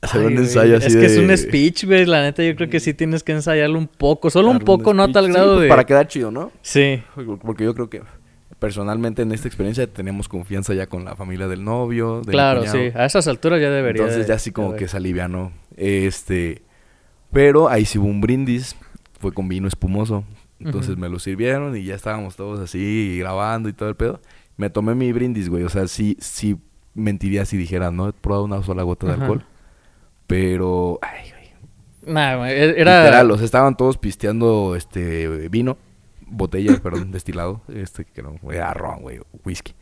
Speaker 1: Hacer
Speaker 2: Ay,
Speaker 1: un
Speaker 2: güey,
Speaker 1: ensayo así
Speaker 2: Es que es
Speaker 1: de-
Speaker 2: un speech, güey. La neta, yo creo que sí tienes que ensayarlo un poco. Solo un
Speaker 1: Algún
Speaker 2: poco, no a
Speaker 1: speech.
Speaker 2: tal
Speaker 1: Sí,
Speaker 2: grado
Speaker 1: pues,
Speaker 2: de...
Speaker 1: Para quedar chido, ¿no?
Speaker 2: Sí.
Speaker 1: Porque yo creo que personalmente en esta experiencia tenemos confianza ya con la familia del novio. Del
Speaker 2: Claro,
Speaker 1: cuñado.
Speaker 2: sí. A esas alturas ya debería.
Speaker 1: Entonces
Speaker 2: de-
Speaker 1: ya así como
Speaker 2: de-
Speaker 1: que es aliviano. Este. Pero ahí sí hubo un brindis. Fue con vino espumoso. Entonces
Speaker 2: Ujú.
Speaker 1: me lo sirvieron y ya estábamos todos así grabando y todo el pedo. Me tomé mi brindis, güey. O sea, sí, sí mentiría si dijera, no he probado una sola gota de
Speaker 2: Ajá.
Speaker 1: alcohol. Pero. Ay, güey.
Speaker 2: Nah, güey, e- era.
Speaker 1: Literal, o sea, estaban todos pisteando este vino, botella, perdón, destilado, este que no, era ron, güey, whisky.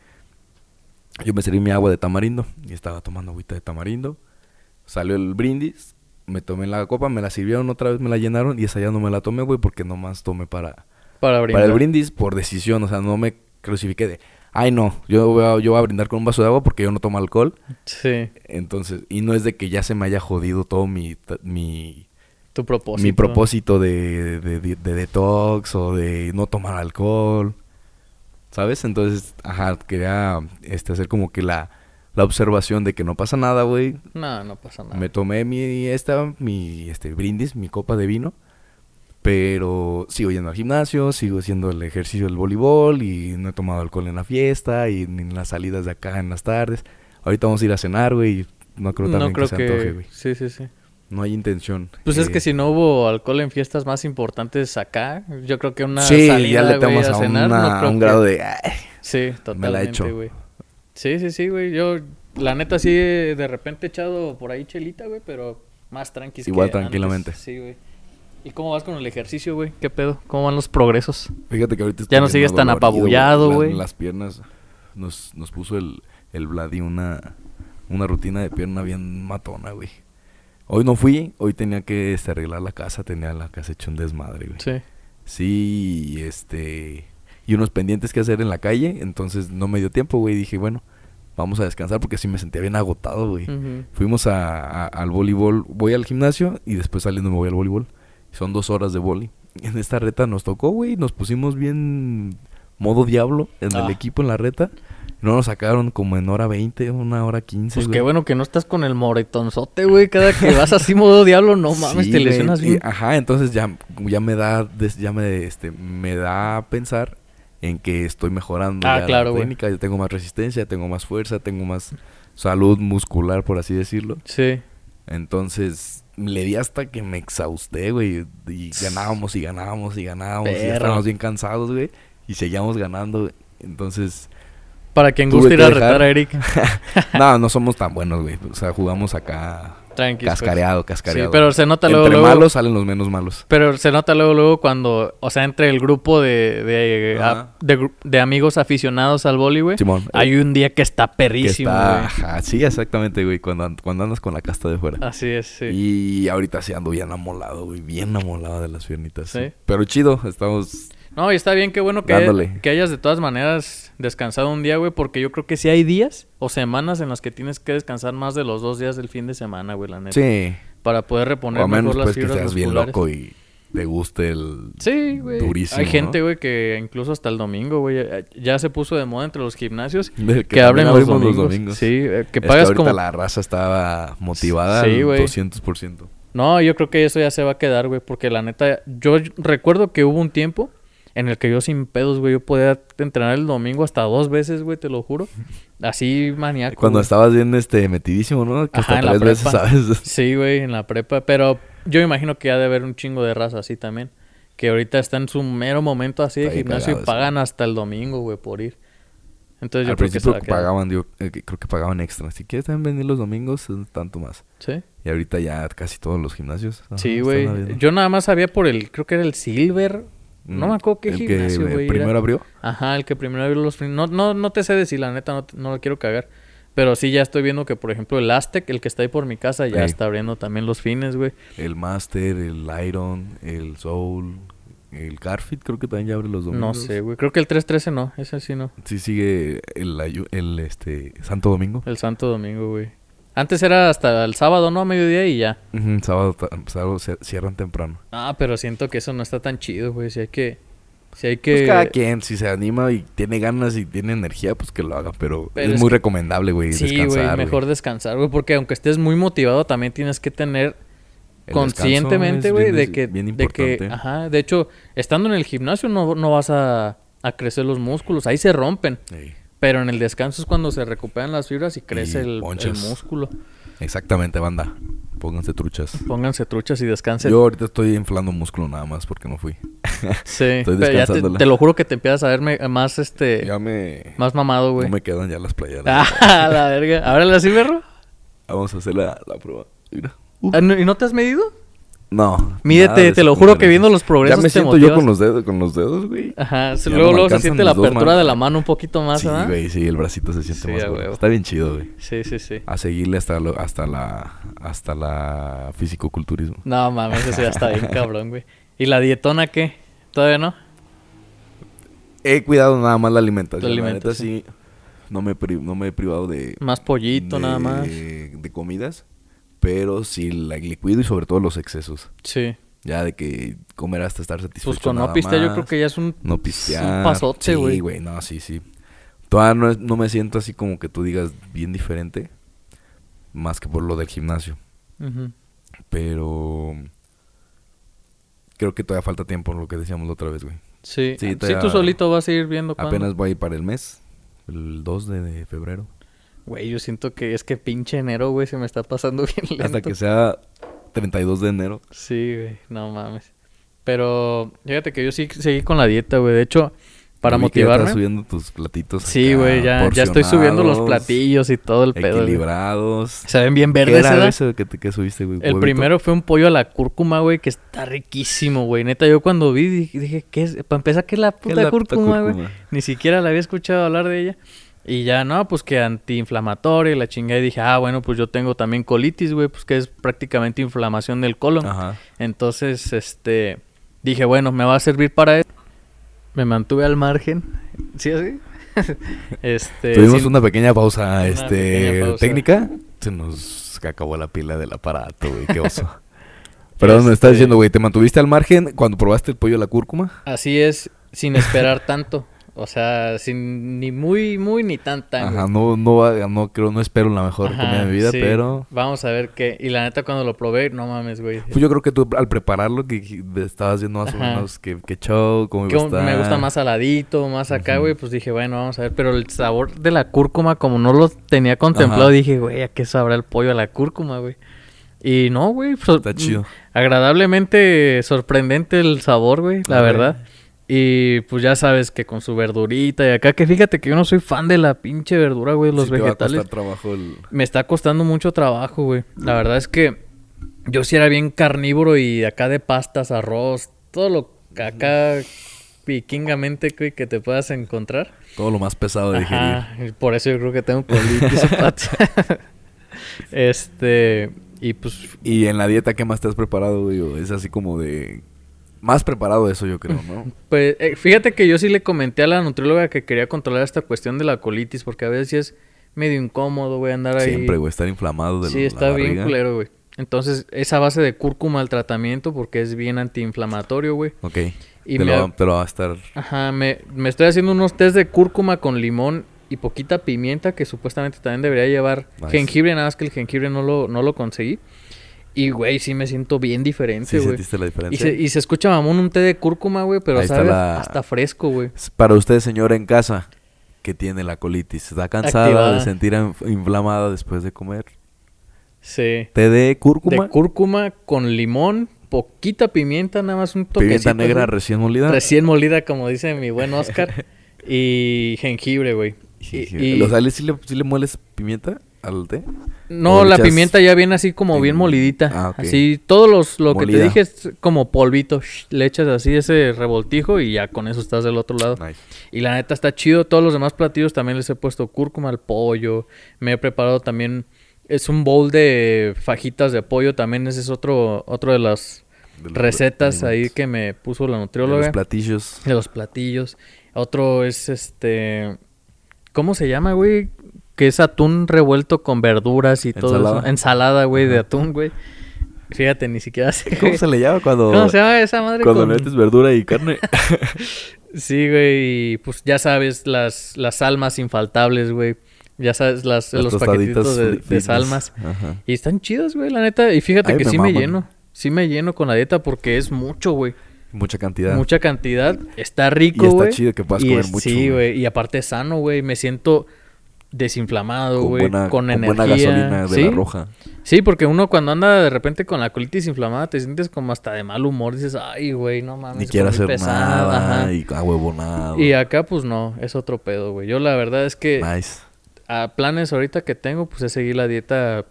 Speaker 1: Yo me serví mi agua de tamarindo y estaba tomando agüita de tamarindo. Salió el brindis, me tomé la copa, me la sirvieron otra vez, me la llenaron y esa ya no me la tomé, güey, porque nomás tomé para,
Speaker 2: para brindar.
Speaker 1: para el brindis por decisión, o sea, no me crucifiqué de, ay no, yo voy a, yo voy a brindar con un vaso de agua porque yo no tomo alcohol.
Speaker 2: Sí.
Speaker 1: Entonces, y no es de que ya se me haya jodido todo mi, mi
Speaker 2: Tu propósito.
Speaker 1: mi propósito de, de- de- de detox o de no tomar alcohol. ¿Sabes? Entonces, ajá, quería este, hacer como que la, la observación de que no pasa nada, güey.
Speaker 2: No, no pasa nada.
Speaker 1: Me tomé mi esta, mi este brindis, mi copa de vino. Pero sigo yendo al gimnasio, sigo haciendo el ejercicio del voleibol y no he tomado alcohol en la fiesta y ni en las salidas de acá en las tardes. Ahorita vamos a ir a cenar, güey. y No creo también
Speaker 2: no creo
Speaker 1: que
Speaker 2: que.
Speaker 1: se antoje, güey.
Speaker 2: sí, sí, sí.
Speaker 1: No hay intención.
Speaker 2: Pues es
Speaker 1: eh,
Speaker 2: que si no hubo alcohol en fiestas más importantes acá, yo creo que una
Speaker 1: sí,
Speaker 2: salida
Speaker 1: ya le
Speaker 2: güey,
Speaker 1: tomas
Speaker 2: a
Speaker 1: a,
Speaker 2: cenar,
Speaker 1: una-
Speaker 2: no
Speaker 1: a
Speaker 2: creo
Speaker 1: un
Speaker 2: que-
Speaker 1: grado de... "Ay".
Speaker 2: Sí,
Speaker 1: Me la he hecho.
Speaker 2: totalmente, güey. Sí, sí, sí, güey. Yo, la neta, sí, he de repente he echado por ahí chelita, güey, pero más tranqui. que
Speaker 1: Igual
Speaker 2: antes.
Speaker 1: tranquilamente.
Speaker 2: Sí, güey. ¿Y cómo vas con el ejercicio, güey? ¿Qué pedo? ¿Cómo van los progresos?
Speaker 1: Fíjate que ahorita
Speaker 2: Ya
Speaker 1: estoy
Speaker 2: no
Speaker 1: bien
Speaker 2: sigues
Speaker 1: más
Speaker 2: tan
Speaker 1: dolorido,
Speaker 2: apabullado,
Speaker 1: La-
Speaker 2: güey.
Speaker 1: Las piernas nos, nos puso el, el Vladi una, una rutina de pierna bien matona, güey. Hoy no fui, hoy tenía que este, arreglar la casa, tenía la casa hecha un desmadre, güey.
Speaker 2: Sí.
Speaker 1: Sí, este... Y unos pendientes que hacer en la calle, entonces no me dio tiempo, güey. Dije, bueno, vamos a descansar porque sí me sentía bien agotado, güey.
Speaker 2: Ujú.
Speaker 1: Fuimos a- a- al voleibol, voy al gimnasio y después saliendo me voy al voleibol. Son dos horas de vóley. En esta reta nos tocó, güey, nos pusimos bien modo diablo en
Speaker 2: Ah.
Speaker 1: el equipo, en la reta. No nos sacaron como en hora 20, una hora 15.
Speaker 2: Pues
Speaker 1: güey.
Speaker 2: qué bueno que no estás con el moretonzote, güey. Cada que vas así modo diablo, no mames,
Speaker 1: Sí,
Speaker 2: te
Speaker 1: güey,
Speaker 2: lesionas
Speaker 1: y-
Speaker 2: bien.
Speaker 1: Ajá, entonces ya, ya me da, des- ya me, este, me da a pensar en que estoy mejorando
Speaker 2: Ah,
Speaker 1: ya
Speaker 2: claro,
Speaker 1: la
Speaker 2: güey.
Speaker 1: técnica, ya tengo más resistencia, tengo más fuerza, tengo más salud muscular, por así decirlo.
Speaker 2: Sí.
Speaker 1: Entonces, le di hasta que me exhausté, güey. Y ganábamos y ganábamos y ganábamos. Y ya
Speaker 2: Perro.
Speaker 1: estábamos bien cansados, güey. Y seguíamos ganando. güey. Entonces,
Speaker 2: Para quien
Speaker 1: Tuve
Speaker 2: guste ir
Speaker 1: que
Speaker 2: a
Speaker 1: dejar-
Speaker 2: retar a Eric.
Speaker 1: no, no somos tan buenos, güey. O sea, jugamos acá
Speaker 2: Tranqui. pues.
Speaker 1: cascareado,
Speaker 2: Sí,
Speaker 1: cascareado.
Speaker 2: pero se nota luego,
Speaker 1: Entre
Speaker 2: luego-
Speaker 1: malos salen los menos malos.
Speaker 2: Pero se nota luego, luego cuando, o sea, entre el grupo de, de,
Speaker 1: Ajá.
Speaker 2: a- de gru- de amigos aficionados al vóley, güey.
Speaker 1: Simón. eh,
Speaker 2: Hay un día que está
Speaker 1: que
Speaker 2: perrísimo,
Speaker 1: está...
Speaker 2: güey.
Speaker 1: ajá, sí, exactamente, güey. Cuando, and- cuando andas con la casta de fuera.
Speaker 2: Así es, sí.
Speaker 1: Y ahorita sí ando bien amolado, güey. Bien amolado de las piernitas.
Speaker 2: Sí.
Speaker 1: Pero chido, estamos...
Speaker 2: No, y está bien, qué bueno que,
Speaker 1: Dándole.
Speaker 2: que hayas de todas maneras descansado un día, güey, porque yo creo que sí hay días o semanas en las que tienes que descansar más de los dos días del fin de semana, güey, la neta.
Speaker 1: Sí.
Speaker 2: Para poder
Speaker 1: O
Speaker 2: reponer
Speaker 1: a menos
Speaker 2: mejor las
Speaker 1: pues que
Speaker 2: fibras
Speaker 1: seas bien
Speaker 2: musculares.
Speaker 1: loco y te guste el
Speaker 2: Sí, güey.
Speaker 1: durísimo.
Speaker 2: Hay gente,
Speaker 1: ¿no?
Speaker 2: güey, que incluso hasta el domingo, güey, eh, ya se puso de moda entre los gimnasios
Speaker 1: Del
Speaker 2: que, abren los
Speaker 1: también abrimos
Speaker 2: domingos. Sí, eh, que
Speaker 1: Es
Speaker 2: pagas
Speaker 1: ahorita
Speaker 2: como...
Speaker 1: la raza estaba motivada
Speaker 2: Sí,
Speaker 1: al
Speaker 2: güey.
Speaker 1: 200%.
Speaker 2: No, yo creo que eso ya se va a quedar, güey, porque la neta, yo recuerdo que hubo un tiempo en el que yo sin pedos, güey, yo podía entrenar el domingo hasta dos veces, güey, te lo juro. Así maníaco.
Speaker 1: Cuando
Speaker 2: güey.
Speaker 1: estabas bien este metidísimo, ¿no? Que
Speaker 2: Ajá, en
Speaker 1: hasta
Speaker 2: la
Speaker 1: tres veces,
Speaker 2: prepa.
Speaker 1: ¿sabes?
Speaker 2: Sí, güey, en la prepa, pero yo me imagino que ha de haber un chingo de raza así también, que ahorita está en su mero momento así de
Speaker 1: Está ahí
Speaker 2: gimnasio
Speaker 1: pegado
Speaker 2: y
Speaker 1: eso.
Speaker 2: pagan hasta el domingo, güey, por ir. Entonces yo
Speaker 1: Al
Speaker 2: creo que se va a
Speaker 1: principio
Speaker 2: quedar.
Speaker 1: pagaban, digo, eh, que creo que pagaban extra. Si quieres también venir los domingos, eh, tanto más.
Speaker 2: Sí.
Speaker 1: Y ahorita ya casi todos los gimnasios. ajá,
Speaker 2: Sí,
Speaker 1: están
Speaker 2: güey.
Speaker 1: abriendo.
Speaker 2: Yo nada más sabía por el, creo que era el Silver. No
Speaker 1: Mm,
Speaker 2: me acuerdo qué
Speaker 1: el
Speaker 2: gimnasio,
Speaker 1: que eh,
Speaker 2: güey. era.
Speaker 1: primero abrió.
Speaker 2: Ajá, el que primero abrió los... fri- No, no, no te sé decir, la neta, no, te- no lo quiero cagar. Pero sí, ya estoy viendo que, por ejemplo, el Aztec, el que está ahí por mi casa, ya
Speaker 1: Ey.
Speaker 2: está abriendo también los fines, güey.
Speaker 1: El Master, el Iron, el Soul, el Garfield creo que también ya abre los
Speaker 2: No
Speaker 1: domingos.
Speaker 2: sé, güey. Creo que el 313 no, ese sí no.
Speaker 1: Sí sigue el, ayu- el este Santo Domingo.
Speaker 2: El Santo Domingo, güey. Antes era hasta el sábado, ¿no? A mediodía y ya.
Speaker 1: Ujú, sábado, ta- sábado cier- cierran temprano.
Speaker 2: Ah, pero siento que eso no está tan chido, güey. Si hay que. Si hay
Speaker 1: Pues
Speaker 2: que.
Speaker 1: cada quien, si se anima y tiene ganas y tiene energía, pues que lo haga. Pero,
Speaker 2: Pero
Speaker 1: es,
Speaker 2: es
Speaker 1: muy
Speaker 2: que-
Speaker 1: recomendable, güey,
Speaker 2: sí,
Speaker 1: descansar.
Speaker 2: güey. Mejor descansar, güey. Porque aunque estés muy motivado, también tienes que tener
Speaker 1: El
Speaker 2: conscientemente,
Speaker 1: descanso
Speaker 2: güey,
Speaker 1: es
Speaker 2: de
Speaker 1: bien-
Speaker 2: que.
Speaker 1: bien
Speaker 2: de que-
Speaker 1: importante.
Speaker 2: Ajá. De hecho, estando en el gimnasio no, no vas a, a crecer los músculos. Ahí se rompen.
Speaker 1: Sí,
Speaker 2: Pero en el descanso es cuando se recuperan las fibras y crece el- el,
Speaker 1: ponchas.
Speaker 2: músculo.
Speaker 1: Exactamente, banda. Pónganse truchas.
Speaker 2: Pónganse truchas y descansen.
Speaker 1: Yo ahorita estoy inflando músculo nada más porque no fui.
Speaker 2: sí,
Speaker 1: estoy
Speaker 2: pero ya te,
Speaker 1: descansándola.
Speaker 2: te lo juro que te empiezas a verme más este
Speaker 1: Ya me...
Speaker 2: más mamado, güey.
Speaker 1: No me quedan ya las playeras.
Speaker 2: Ah, la verga. ¿Ahora sí, perro?
Speaker 1: Vamos a hacer la, la prueba. Mira.
Speaker 2: Ah, ¿no- ¿Y no te has medido?
Speaker 1: No.
Speaker 2: Mídete,
Speaker 1: nada de
Speaker 2: te
Speaker 1: eso,
Speaker 2: lo juro
Speaker 1: compadre.
Speaker 2: que viendo los progresos
Speaker 1: Ya me
Speaker 2: te
Speaker 1: siento yo
Speaker 2: motivas.
Speaker 1: con los dedos, con los dedos, güey.
Speaker 2: Ajá. sí,
Speaker 1: Ya
Speaker 2: luego,
Speaker 1: no me
Speaker 2: luego se
Speaker 1: alcanzan
Speaker 2: siente
Speaker 1: mis
Speaker 2: la
Speaker 1: dos
Speaker 2: apertura
Speaker 1: manos.
Speaker 2: de la mano un poquito más,
Speaker 1: sí,
Speaker 2: ¿verdad?
Speaker 1: güey, sí, el bracito se siente
Speaker 2: Sí,
Speaker 1: más
Speaker 2: a
Speaker 1: gordo.
Speaker 2: huevo.
Speaker 1: Está bien chido, güey.
Speaker 2: Sí, sí, sí.
Speaker 1: A seguirle hasta lo- hasta la hasta la fisicoculturismo.
Speaker 2: No mames, eso ya está bien cabrón, güey. ¿Y la dietona qué? ¿Todavía no?
Speaker 1: He cuidado nada más la alimentación.
Speaker 2: La
Speaker 1: La neta,
Speaker 2: alimentación.
Speaker 1: sí. No me, pri- no me he privado de.
Speaker 2: Más pollito,
Speaker 1: de-
Speaker 2: nada más.
Speaker 1: De comidas. Pero sí la, le cuido y sobre todo los excesos.
Speaker 2: Sí.
Speaker 1: Ya de que comer hasta estar satisfecho.
Speaker 2: Pues con no
Speaker 1: nada
Speaker 2: pistear yo
Speaker 1: más.
Speaker 2: creo que ya es un...
Speaker 1: No pistear.
Speaker 2: Es un pasote, güey.
Speaker 1: Sí, güey, no, sí, sí. Todavía no, es- no me siento así como que tú digas bien diferente. Más que por lo del gimnasio.
Speaker 2: Ujú.
Speaker 1: Pero. Creo que todavía falta tiempo, lo que decíamos la otra vez, güey.
Speaker 2: Sí.
Speaker 1: Sí,
Speaker 2: Sí,
Speaker 1: todavía-
Speaker 2: tú solito vas a ir viendo cuándo.
Speaker 1: Apenas voy para el mes. El 2 de, de febrero.
Speaker 2: Güey, yo siento que es que pinche enero, güey, se me está pasando bien lento.
Speaker 1: Hasta que sea 32 de enero.
Speaker 2: Sí, güey, no mames. Pero fíjate que yo sí seguí con la dieta, güey. De hecho, para
Speaker 1: Vi que ya
Speaker 2: motivarme.
Speaker 1: Estás subiendo tus platitos.
Speaker 2: Sí,
Speaker 1: acá,
Speaker 2: güey, ya, ya estoy subiendo los
Speaker 1: porcionados,
Speaker 2: platillos y todo el pedo. güey.
Speaker 1: Equilibrados.
Speaker 2: Se ven bien
Speaker 1: ¿Qué
Speaker 2: verdes, ¿eh?
Speaker 1: era
Speaker 2: ¿verdad?
Speaker 1: eso que, te- que subiste, güey?
Speaker 2: El
Speaker 1: Huevito.
Speaker 2: primero fue un pollo a la cúrcuma, güey, que está riquísimo, güey. Neta, yo cuando vi di- dije, ¿qué es? Para empezar, ¿qué es la
Speaker 1: ¿Qué es
Speaker 2: puta
Speaker 1: la puta
Speaker 2: cúrcuma, güey?
Speaker 1: cúrcuma?
Speaker 2: Ni siquiera la había escuchado hablar de ella. Y ya, no, pues que antiinflamatorio y la chingada. Y dije, ah, bueno, pues yo tengo también colitis, güey, pues que es prácticamente inflamación del colon.
Speaker 1: Ajá.
Speaker 2: Entonces, este, dije, bueno, me va a servir para eso. Me mantuve al margen. ¿Sí así? este,
Speaker 1: Tuvimos
Speaker 2: sin-
Speaker 1: una pequeña pausa,
Speaker 2: Una
Speaker 1: este,
Speaker 2: pequeña pausa.
Speaker 1: técnica. Se nos acabó la pila del aparato, güey, qué oso. Perdón, me estás
Speaker 2: Este-
Speaker 1: diciendo, güey, ¿te mantuviste al margen cuando probaste el pollo a la cúrcuma?
Speaker 2: Así es, sin esperar tanto. O sea, sin ni muy, muy, ni tan, tan.
Speaker 1: Ajá,
Speaker 2: güey.
Speaker 1: no, no, va- no creo, no espero la mejor
Speaker 2: Ajá,
Speaker 1: comida de mi vida,
Speaker 2: sí.
Speaker 1: pero...
Speaker 2: Vamos a ver qué. Y la neta, cuando lo probé, no mames, güey.
Speaker 1: Pues yo creo que tú al prepararlo que que estabas viendo más
Speaker 2: Ajá.
Speaker 1: o menos que, que show, cómo
Speaker 2: Que
Speaker 1: iba a
Speaker 2: me
Speaker 1: estar.
Speaker 2: gusta más saladito, más acá, güey. Pues dije, bueno, vamos a ver. Pero el sabor de la cúrcuma, como no lo tenía contemplado,
Speaker 1: Ajá.
Speaker 2: dije, güey, ¿a qué sabrá el pollo a la cúrcuma, güey? Y no, güey. sor-
Speaker 1: Está chido.
Speaker 2: Agradablemente sorprendente el sabor, güey, la
Speaker 1: Arre.
Speaker 2: verdad. Y pues ya sabes que con su verdurita y acá, que fíjate que yo no soy fan de la pinche verdura, güey, los
Speaker 1: Sí te va a costar
Speaker 2: vegetales.
Speaker 1: trabajo el...
Speaker 2: Me está costando mucho trabajo, güey. La verdad es que yo sí era bien carnívoro y acá de pastas, arroz, todo lo que acá vikingamente güey, que te puedas encontrar.
Speaker 1: Todo lo más pesado de digerir.
Speaker 2: Ajá, y por eso yo creo que tengo colitis. Pat. este, y pues
Speaker 1: Y en la dieta, ¿qué más te has preparado, güey? O Es así como de... Más preparado eso, yo creo, ¿no?
Speaker 2: Pues eh, fíjate que yo sí le comenté a la nutrióloga que quería controlar esta cuestión de la colitis, porque a veces sí es medio incómodo, güey, andar ahí.
Speaker 1: Siempre, güey, estar inflamado de
Speaker 2: Sí,
Speaker 1: la
Speaker 2: está bien
Speaker 1: barriga.
Speaker 2: culero, güey. Entonces, esa base de cúrcuma al tratamiento, porque es bien antiinflamatorio, güey.
Speaker 1: Ok. te,
Speaker 2: Y me
Speaker 1: lo,
Speaker 2: ha-
Speaker 1: va- te lo va a estar.
Speaker 2: Ajá, me, me estoy haciendo unos test de cúrcuma con limón y poquita pimienta, que supuestamente también debería llevar
Speaker 1: Nice.
Speaker 2: jengibre, nada más que el jengibre no lo, no lo conseguí. Y, güey, sí me siento bien diferente,
Speaker 1: Sí,
Speaker 2: güey.
Speaker 1: sentiste la
Speaker 2: y,
Speaker 1: diferencia.
Speaker 2: se, y se escucha mamón un té de cúrcuma, güey, pero
Speaker 1: Ahí está
Speaker 2: sabe
Speaker 1: la-
Speaker 2: hasta fresco, güey.
Speaker 1: S- Para usted, señora en casa, que tiene la colitis, está cansada de
Speaker 2: Activada.
Speaker 1: sentir inf- inflamada después de comer.
Speaker 2: Sí.
Speaker 1: Té de cúrcuma,
Speaker 2: De cúrcuma con limón, poquita pimienta, nada más un toquecito.
Speaker 1: pimienta negra
Speaker 2: así,
Speaker 1: recién molida.
Speaker 2: recién molida, como dice mi buen Oscar. y jengibre, güey.
Speaker 1: Sí, sí.
Speaker 2: Y- y-
Speaker 1: O sea, ¿le- sí le, sí le mueles pimienta? al té?
Speaker 2: No,
Speaker 1: ¿O
Speaker 2: la
Speaker 1: echas-
Speaker 2: pimienta ya viene así como bien
Speaker 1: en-
Speaker 2: molidita.
Speaker 1: Ah, ok.
Speaker 2: Así, todos los, lo que
Speaker 1: Molida.
Speaker 2: te dije es como polvito. shh, le echas así ese revoltijo y ya con eso estás del otro lado.
Speaker 1: Nice.
Speaker 2: Y la neta está chido. Todos los demás platillos también les he puesto cúrcuma al pollo. Me he preparado también. Es un bowl de fajitas de pollo. También ese es otro, otro de las
Speaker 1: De los
Speaker 2: recetas ahí
Speaker 1: alimentos.
Speaker 2: que me puso la
Speaker 1: De
Speaker 2: nutrióloga.
Speaker 1: Los platillos.
Speaker 2: De los platillos. Otro es este. ¿Cómo se llama, güey? Que es atún revuelto con verduras y todo eso.
Speaker 1: Ensalada.
Speaker 2: Ensalada, güey, de atún, güey. Fíjate, ni siquiera sé.
Speaker 1: ¿Cómo se le llama cuando,
Speaker 2: ¿Cómo se llama esa madre?
Speaker 1: cuando
Speaker 2: Con-
Speaker 1: le metes verdura y carne?
Speaker 2: Sí, güey. y, Pues ya sabes, las, las almas infaltables, güey. Ya sabes, las,
Speaker 1: Las
Speaker 2: los
Speaker 1: tostaditas
Speaker 2: paquetitos de, de
Speaker 1: fitness.
Speaker 2: salmas.
Speaker 1: Ajá.
Speaker 2: Y están chidos, güey, la neta. Y fíjate
Speaker 1: Ay,
Speaker 2: que
Speaker 1: me
Speaker 2: sí me
Speaker 1: maman.
Speaker 2: lleno. Sí me lleno con la dieta porque es mucho, güey.
Speaker 1: Mucha cantidad.
Speaker 2: Mucha cantidad. Está rico,
Speaker 1: Y está
Speaker 2: güey.
Speaker 1: chido que puedas
Speaker 2: Y
Speaker 1: comer
Speaker 2: es-
Speaker 1: mucho,
Speaker 2: Sí,
Speaker 1: güey.
Speaker 2: güey. Y aparte es sano, güey. Me siento desinflamado,
Speaker 1: con
Speaker 2: güey.
Speaker 1: buena,
Speaker 2: Con, energía.
Speaker 1: buena gasolina de
Speaker 2: ¿Sí?
Speaker 1: la roja.
Speaker 2: Sí, porque uno cuando anda de repente con la colitis inflamada te sientes como hasta de mal humor. Dices, ay, güey, no mames.
Speaker 1: Ni quiere
Speaker 2: comí
Speaker 1: hacer
Speaker 2: pesado".
Speaker 1: nada.
Speaker 2: Ajá.
Speaker 1: Y a huevo nada.
Speaker 2: Y acá, pues no, es otro pedo, güey. Yo la verdad es que
Speaker 1: Nice.
Speaker 2: a planes ahorita que tengo, pues es seguir la dieta,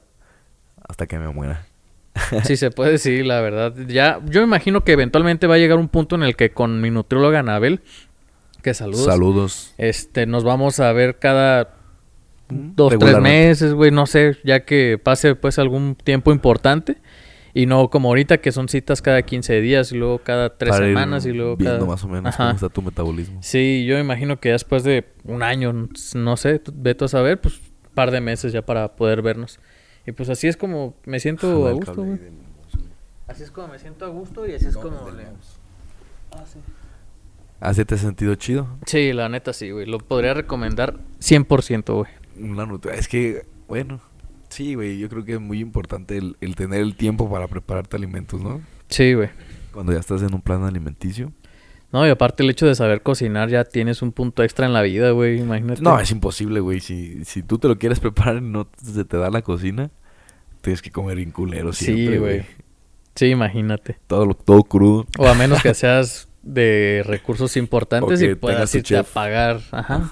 Speaker 1: Hasta que me muera.
Speaker 2: si se puede decir, la verdad. Ya, yo imagino que eventualmente va a llegar un punto en el que con mi nutrióloga Anabel, que saludos,
Speaker 1: Saludos.
Speaker 2: este, nos vamos a ver cada
Speaker 1: Mm.
Speaker 2: dos, tres
Speaker 1: Regularmente.
Speaker 2: meses, güey, no sé, ya que pase pues algún tiempo importante. Y no como ahorita que son citas cada 15 días y luego cada tres
Speaker 1: Para ir
Speaker 2: semanas y luego
Speaker 1: viendo
Speaker 2: cada...
Speaker 1: más o menos
Speaker 2: Ajá.
Speaker 1: cómo está tu metabolismo.
Speaker 2: Sí, yo imagino que ya después de un año, no sé, tú- ve tú a saber, pues un par de meses ya para poder vernos. Y pues así es como me siento
Speaker 1: Jala
Speaker 2: a
Speaker 1: el
Speaker 2: gusto,
Speaker 1: cable
Speaker 2: güey.
Speaker 1: ahí del-
Speaker 2: Así es como me siento a gusto y así es como le...
Speaker 1: ¿Así Ah, te has sentido chido?
Speaker 2: Sí, la neta sí, güey. Lo podría recomendar 100%, güey.
Speaker 1: Una nutri- Es que, bueno, sí, güey, yo creo que es muy importante el, el tener el tiempo para prepararte alimentos, ¿no?
Speaker 2: Sí, güey.
Speaker 1: Cuando ya estás en un plan alimenticio.
Speaker 2: No, y aparte el hecho de saber cocinar ya tienes un punto extra en la vida, güey. Imagínate.
Speaker 1: No, es imposible, güey. Si, si tú te lo quieres preparar y no se te da la cocina, tienes que comer bien culero
Speaker 2: Sí,
Speaker 1: siempre,
Speaker 2: güey.
Speaker 1: güey.
Speaker 2: Sí, imagínate.
Speaker 1: Todo, lo- todo crudo.
Speaker 2: O a menos que seas de recursos importantes
Speaker 1: O que
Speaker 2: y puedas
Speaker 1: tengas tu
Speaker 2: irte a
Speaker 1: chef.
Speaker 2: pagar. Ajá.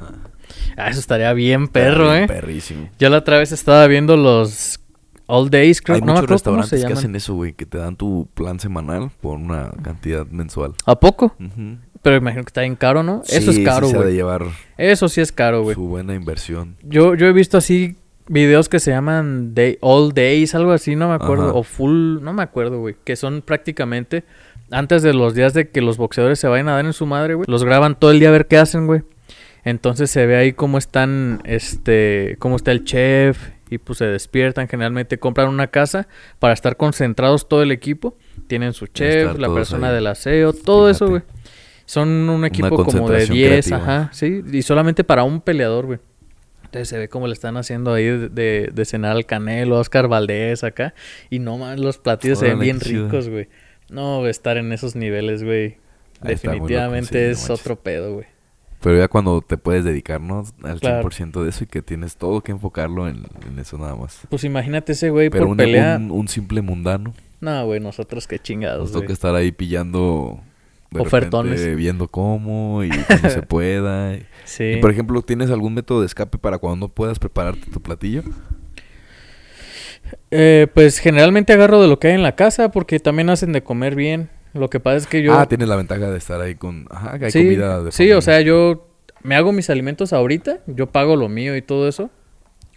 Speaker 2: Ah, eso estaría bien perro,
Speaker 1: Perri-
Speaker 2: ¿eh?
Speaker 1: Perrísimo.
Speaker 2: Yo la otra vez estaba viendo los All Days, creo.
Speaker 1: Hay
Speaker 2: no me
Speaker 1: muchos
Speaker 2: acuerdo cómo se
Speaker 1: restaurantes que
Speaker 2: llaman.
Speaker 1: hacen eso, güey, que te dan tu plan semanal por una cantidad mensual.
Speaker 2: ¿A poco?
Speaker 1: Ujú.
Speaker 2: Pero imagino que está bien caro, ¿no? eso es
Speaker 1: Sí,
Speaker 2: caro,
Speaker 1: sí se ha de
Speaker 2: güey.
Speaker 1: llevar
Speaker 2: eso sí es caro, güey.
Speaker 1: su buena inversión.
Speaker 2: Yo, yo he visto así videos que se llaman day, All Days, algo así, no me acuerdo.
Speaker 1: Ajá.
Speaker 2: O Full, no me acuerdo, güey. Que son prácticamente antes de los días de que los boxeadores se vayan a dar en su madre, güey. Los graban todo el día a ver qué hacen, güey. Entonces se ve ahí cómo están, este, cómo está el chef y pues se despiertan. Generalmente compran una casa para estar concentrados todo el equipo. Tienen su chef,
Speaker 1: estar
Speaker 2: la
Speaker 1: todos
Speaker 2: persona
Speaker 1: ahí.
Speaker 2: del aseo, todo eso, güey.
Speaker 1: Fíjate.
Speaker 2: Son un equipo como de
Speaker 1: concentración
Speaker 2: 10,
Speaker 1: creativa.
Speaker 2: ajá, sí, y solamente para un peleador, güey. Entonces se ve como le están haciendo ahí de, de- de cenar al Canelo, a Oscar Valdés acá. Y no más, los platillos se ven
Speaker 1: Órale,
Speaker 2: bien
Speaker 1: qué chido.
Speaker 2: ricos, güey. No, güey, estar en esos niveles, güey.
Speaker 1: Ahí está, muy loco, sí,
Speaker 2: Definitivamente
Speaker 1: no
Speaker 2: es
Speaker 1: manches.
Speaker 2: otro pedo, güey.
Speaker 1: Pero ya cuando te puedes dedicar, ¿no? Al
Speaker 2: Claro.
Speaker 1: 100% de eso y que tienes todo que enfocarlo en, en eso nada más.
Speaker 2: Pues imagínate ese güey
Speaker 1: Pero
Speaker 2: por
Speaker 1: un,
Speaker 2: pelea.
Speaker 1: un- un simple mundano
Speaker 2: No, güey, nosotros qué chingados,
Speaker 1: nos
Speaker 2: güey.
Speaker 1: toca estar ahí pillando... de
Speaker 2: Ofertones.
Speaker 1: repente viendo cómo y cuando se pueda. Y,
Speaker 2: Sí.
Speaker 1: por ejemplo, ¿tienes algún método de escape para cuando no puedas prepararte tu platillo?
Speaker 2: Eh, pues generalmente agarro de lo que hay en la casa porque también hacen de comer bien. Lo que pasa es que yo...
Speaker 1: Ah, tienes la ventaja de estar ahí con... Ajá, que hay
Speaker 2: sí,
Speaker 1: comida de
Speaker 2: sí, o
Speaker 1: familia.
Speaker 2: sea, yo me hago mis alimentos ahorita, yo pago lo mío y todo eso,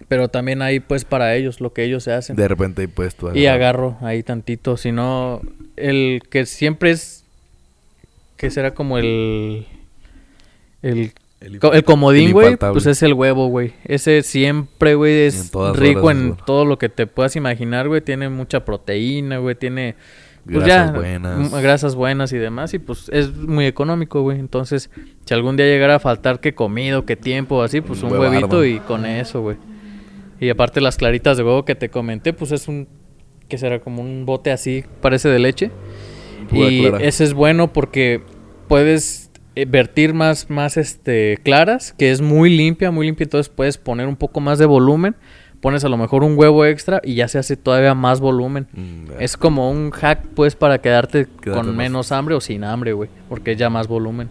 Speaker 2: pero también hay pues para ellos, lo que ellos se hacen.
Speaker 1: De repente ahí puedes tú
Speaker 2: y
Speaker 1: agarrar.
Speaker 2: agarro ahí tantito, si no, el que siempre es, que será como el, el,
Speaker 1: El
Speaker 2: co- el comodín,
Speaker 1: el
Speaker 2: güey,
Speaker 1: infaltable.
Speaker 2: pues es el huevo, güey. Ese siempre, güey,
Speaker 1: En
Speaker 2: es
Speaker 1: todas
Speaker 2: rico
Speaker 1: horas es
Speaker 2: en
Speaker 1: bueno.
Speaker 2: todo lo que te puedas imaginar, güey, tiene mucha proteína, güey, tiene... Pues
Speaker 1: Grasas
Speaker 2: ya,
Speaker 1: buenas.
Speaker 2: mm, grasas buenas y demás, y pues es muy económico, güey. Entonces, si algún día llegara a faltar que comido, que tiempo, así, pues
Speaker 1: Un
Speaker 2: un,
Speaker 1: huevo
Speaker 2: huevito
Speaker 1: arma.
Speaker 2: y con eso, güey. Y aparte las claritas de huevo que te comenté, pues es un, que será como un bote así, parece de leche.
Speaker 1: Pura
Speaker 2: y
Speaker 1: clara.
Speaker 2: ese es bueno porque puedes eh, vertir más, más este, claras, que es muy limpia, muy limpia, entonces puedes poner un poco más de volumen, pones a lo mejor un huevo extra y ya se hace todavía más volumen.
Speaker 1: Mm, ya.
Speaker 2: Es como un hack, pues, para quedarte,
Speaker 1: Quedarte
Speaker 2: con
Speaker 1: más-
Speaker 2: menos hambre o sin hambre, güey. Porque es ya más volumen.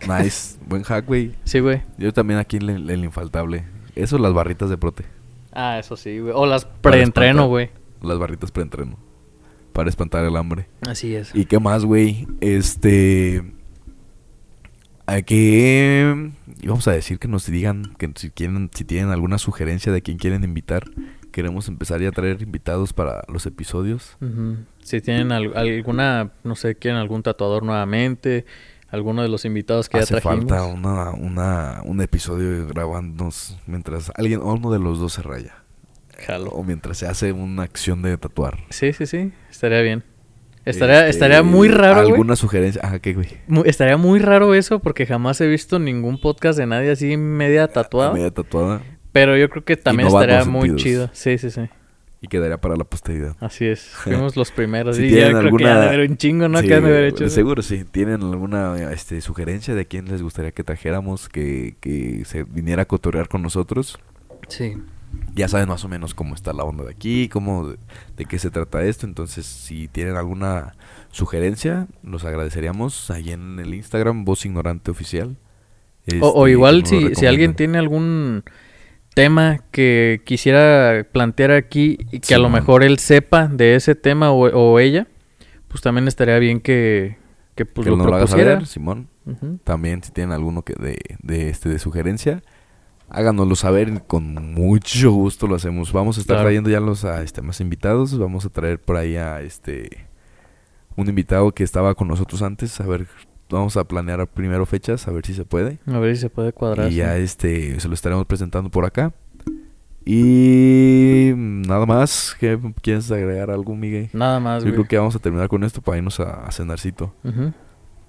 Speaker 1: Nice. Buen hack, güey.
Speaker 2: Sí, güey.
Speaker 1: Yo también aquí el, el infaltable. Eso las barritas de prote.
Speaker 2: Ah, eso sí, güey. O las preentreno,
Speaker 1: espantar.
Speaker 2: güey.
Speaker 1: Las barritas preentreno. Para espantar el hambre.
Speaker 2: Así es.
Speaker 1: ¿Y qué más, güey? Este. ¿A qué? Vamos a decir que nos digan que si quieren, si tienen alguna sugerencia de quién quieren invitar. Queremos empezar ya a traer invitados para los episodios.
Speaker 2: Ujú. Si tienen al- alguna, no sé, quieren algún tatuador nuevamente, alguno de los invitados que
Speaker 1: Hace
Speaker 2: ya trajimos.
Speaker 1: falta una, una, un episodio grabándonos mientras alguien, uno de los dos se raya.
Speaker 2: Jalo.
Speaker 1: O mientras se hace una acción de tatuar.
Speaker 2: Sí, sí, sí. Estaría bien. Estaría,
Speaker 1: Este,
Speaker 2: estaría muy raro, güey.
Speaker 1: ¿Alguna sugerencia? Ajá, ¿qué, güey?
Speaker 2: Mu- Estaría muy raro eso porque jamás he visto ningún podcast de nadie así media tatuada.
Speaker 1: Media tatuada.
Speaker 2: Pero yo creo que también
Speaker 1: no va
Speaker 2: estaría
Speaker 1: con
Speaker 2: muy
Speaker 1: sentidos.
Speaker 2: chido. Sí, sí, sí.
Speaker 1: Y quedaría para la posteridad.
Speaker 2: Así es. Fuimos los primeros.
Speaker 1: Si
Speaker 2: y yo
Speaker 1: tienen
Speaker 2: creo que
Speaker 1: alguna-
Speaker 2: ya de haber un chingo, ¿no?
Speaker 1: Sí,
Speaker 2: que han de haber hecho.
Speaker 1: de
Speaker 2: eso.
Speaker 1: Seguro, sí. ¿Tienen alguna este, sugerencia de quién les gustaría que trajéramos, que, que se viniera a cotorrear con nosotros?
Speaker 2: Sí.
Speaker 1: Ya saben más o menos cómo está la onda de aquí, cómo, de, de qué se trata esto. Entonces, si tienen alguna sugerencia, los agradeceríamos ahí en el Instagram, Voz Ignorante Oficial.
Speaker 2: O, o
Speaker 1: Este,
Speaker 2: igual
Speaker 1: que nos
Speaker 2: si, si alguien
Speaker 1: recomienden.
Speaker 2: tiene algún tema que quisiera plantear aquí y que a lo
Speaker 1: Simón.
Speaker 2: mejor él sepa de ese tema o, o ella, pues también estaría bien que, que, pues,
Speaker 1: que
Speaker 2: lo
Speaker 1: nos lo haga
Speaker 2: propusiera.
Speaker 1: saber, Simón.
Speaker 2: Ujú.
Speaker 1: También si tienen alguno que de, de este de sugerencia, háganoslo saber y con mucho gusto lo hacemos. Vamos a estar
Speaker 2: Claro.
Speaker 1: trayendo ya los a, este, más invitados, vamos a traer por ahí a este un invitado que estaba con nosotros antes, a ver, vamos a planear primero fechas, a ver si se puede.
Speaker 2: A ver si se puede cuadrar.
Speaker 1: Y
Speaker 2: sí.
Speaker 1: ya este se lo estaremos presentando por acá. Y nada más, ¿qué- ¿quieres agregar algo, Miguel?
Speaker 2: Nada más,
Speaker 1: Yo
Speaker 2: güey.
Speaker 1: creo que vamos a terminar con esto para irnos a, a cenarcito.
Speaker 2: Ujú.
Speaker 1: Vámonos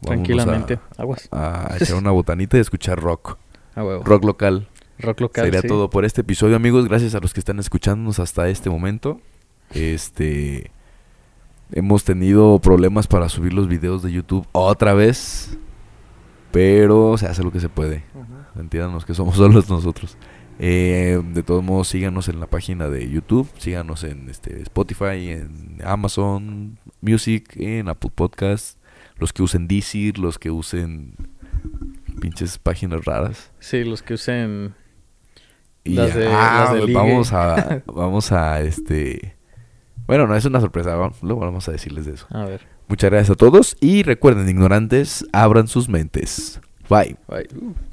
Speaker 1: a-
Speaker 2: Tranquilamente. Aguas.
Speaker 1: a echar una botanita y escuchar rock.
Speaker 2: A huevo. Rock,
Speaker 1: Rock local.
Speaker 2: local.
Speaker 1: Sería
Speaker 2: sí.
Speaker 1: todo por este episodio, amigos. Gracias a los que están escuchándonos hasta este momento. Este. Hemos tenido problemas para subir los videos de YouTube otra vez. Pero se hace lo que se puede. Entiéndanos que somos solos nosotros. Eh, de todos modos, síganos en la página de YouTube, síganos en este, Spotify, en Amazon Music, en Apple Podcast, los que usen Deezer, los que usen pinches páginas raras.
Speaker 2: Sí, los que usen.
Speaker 1: Y
Speaker 2: Las de-
Speaker 1: ah,
Speaker 2: las de ligue.
Speaker 1: vamos a vamos a este bueno, no es una sorpresa, va- luego vamos a decirles de eso.
Speaker 2: A ver.
Speaker 1: Muchas gracias a todos y recuerden, ignorantes, abran sus mentes. Bye.
Speaker 2: Bye. Uh.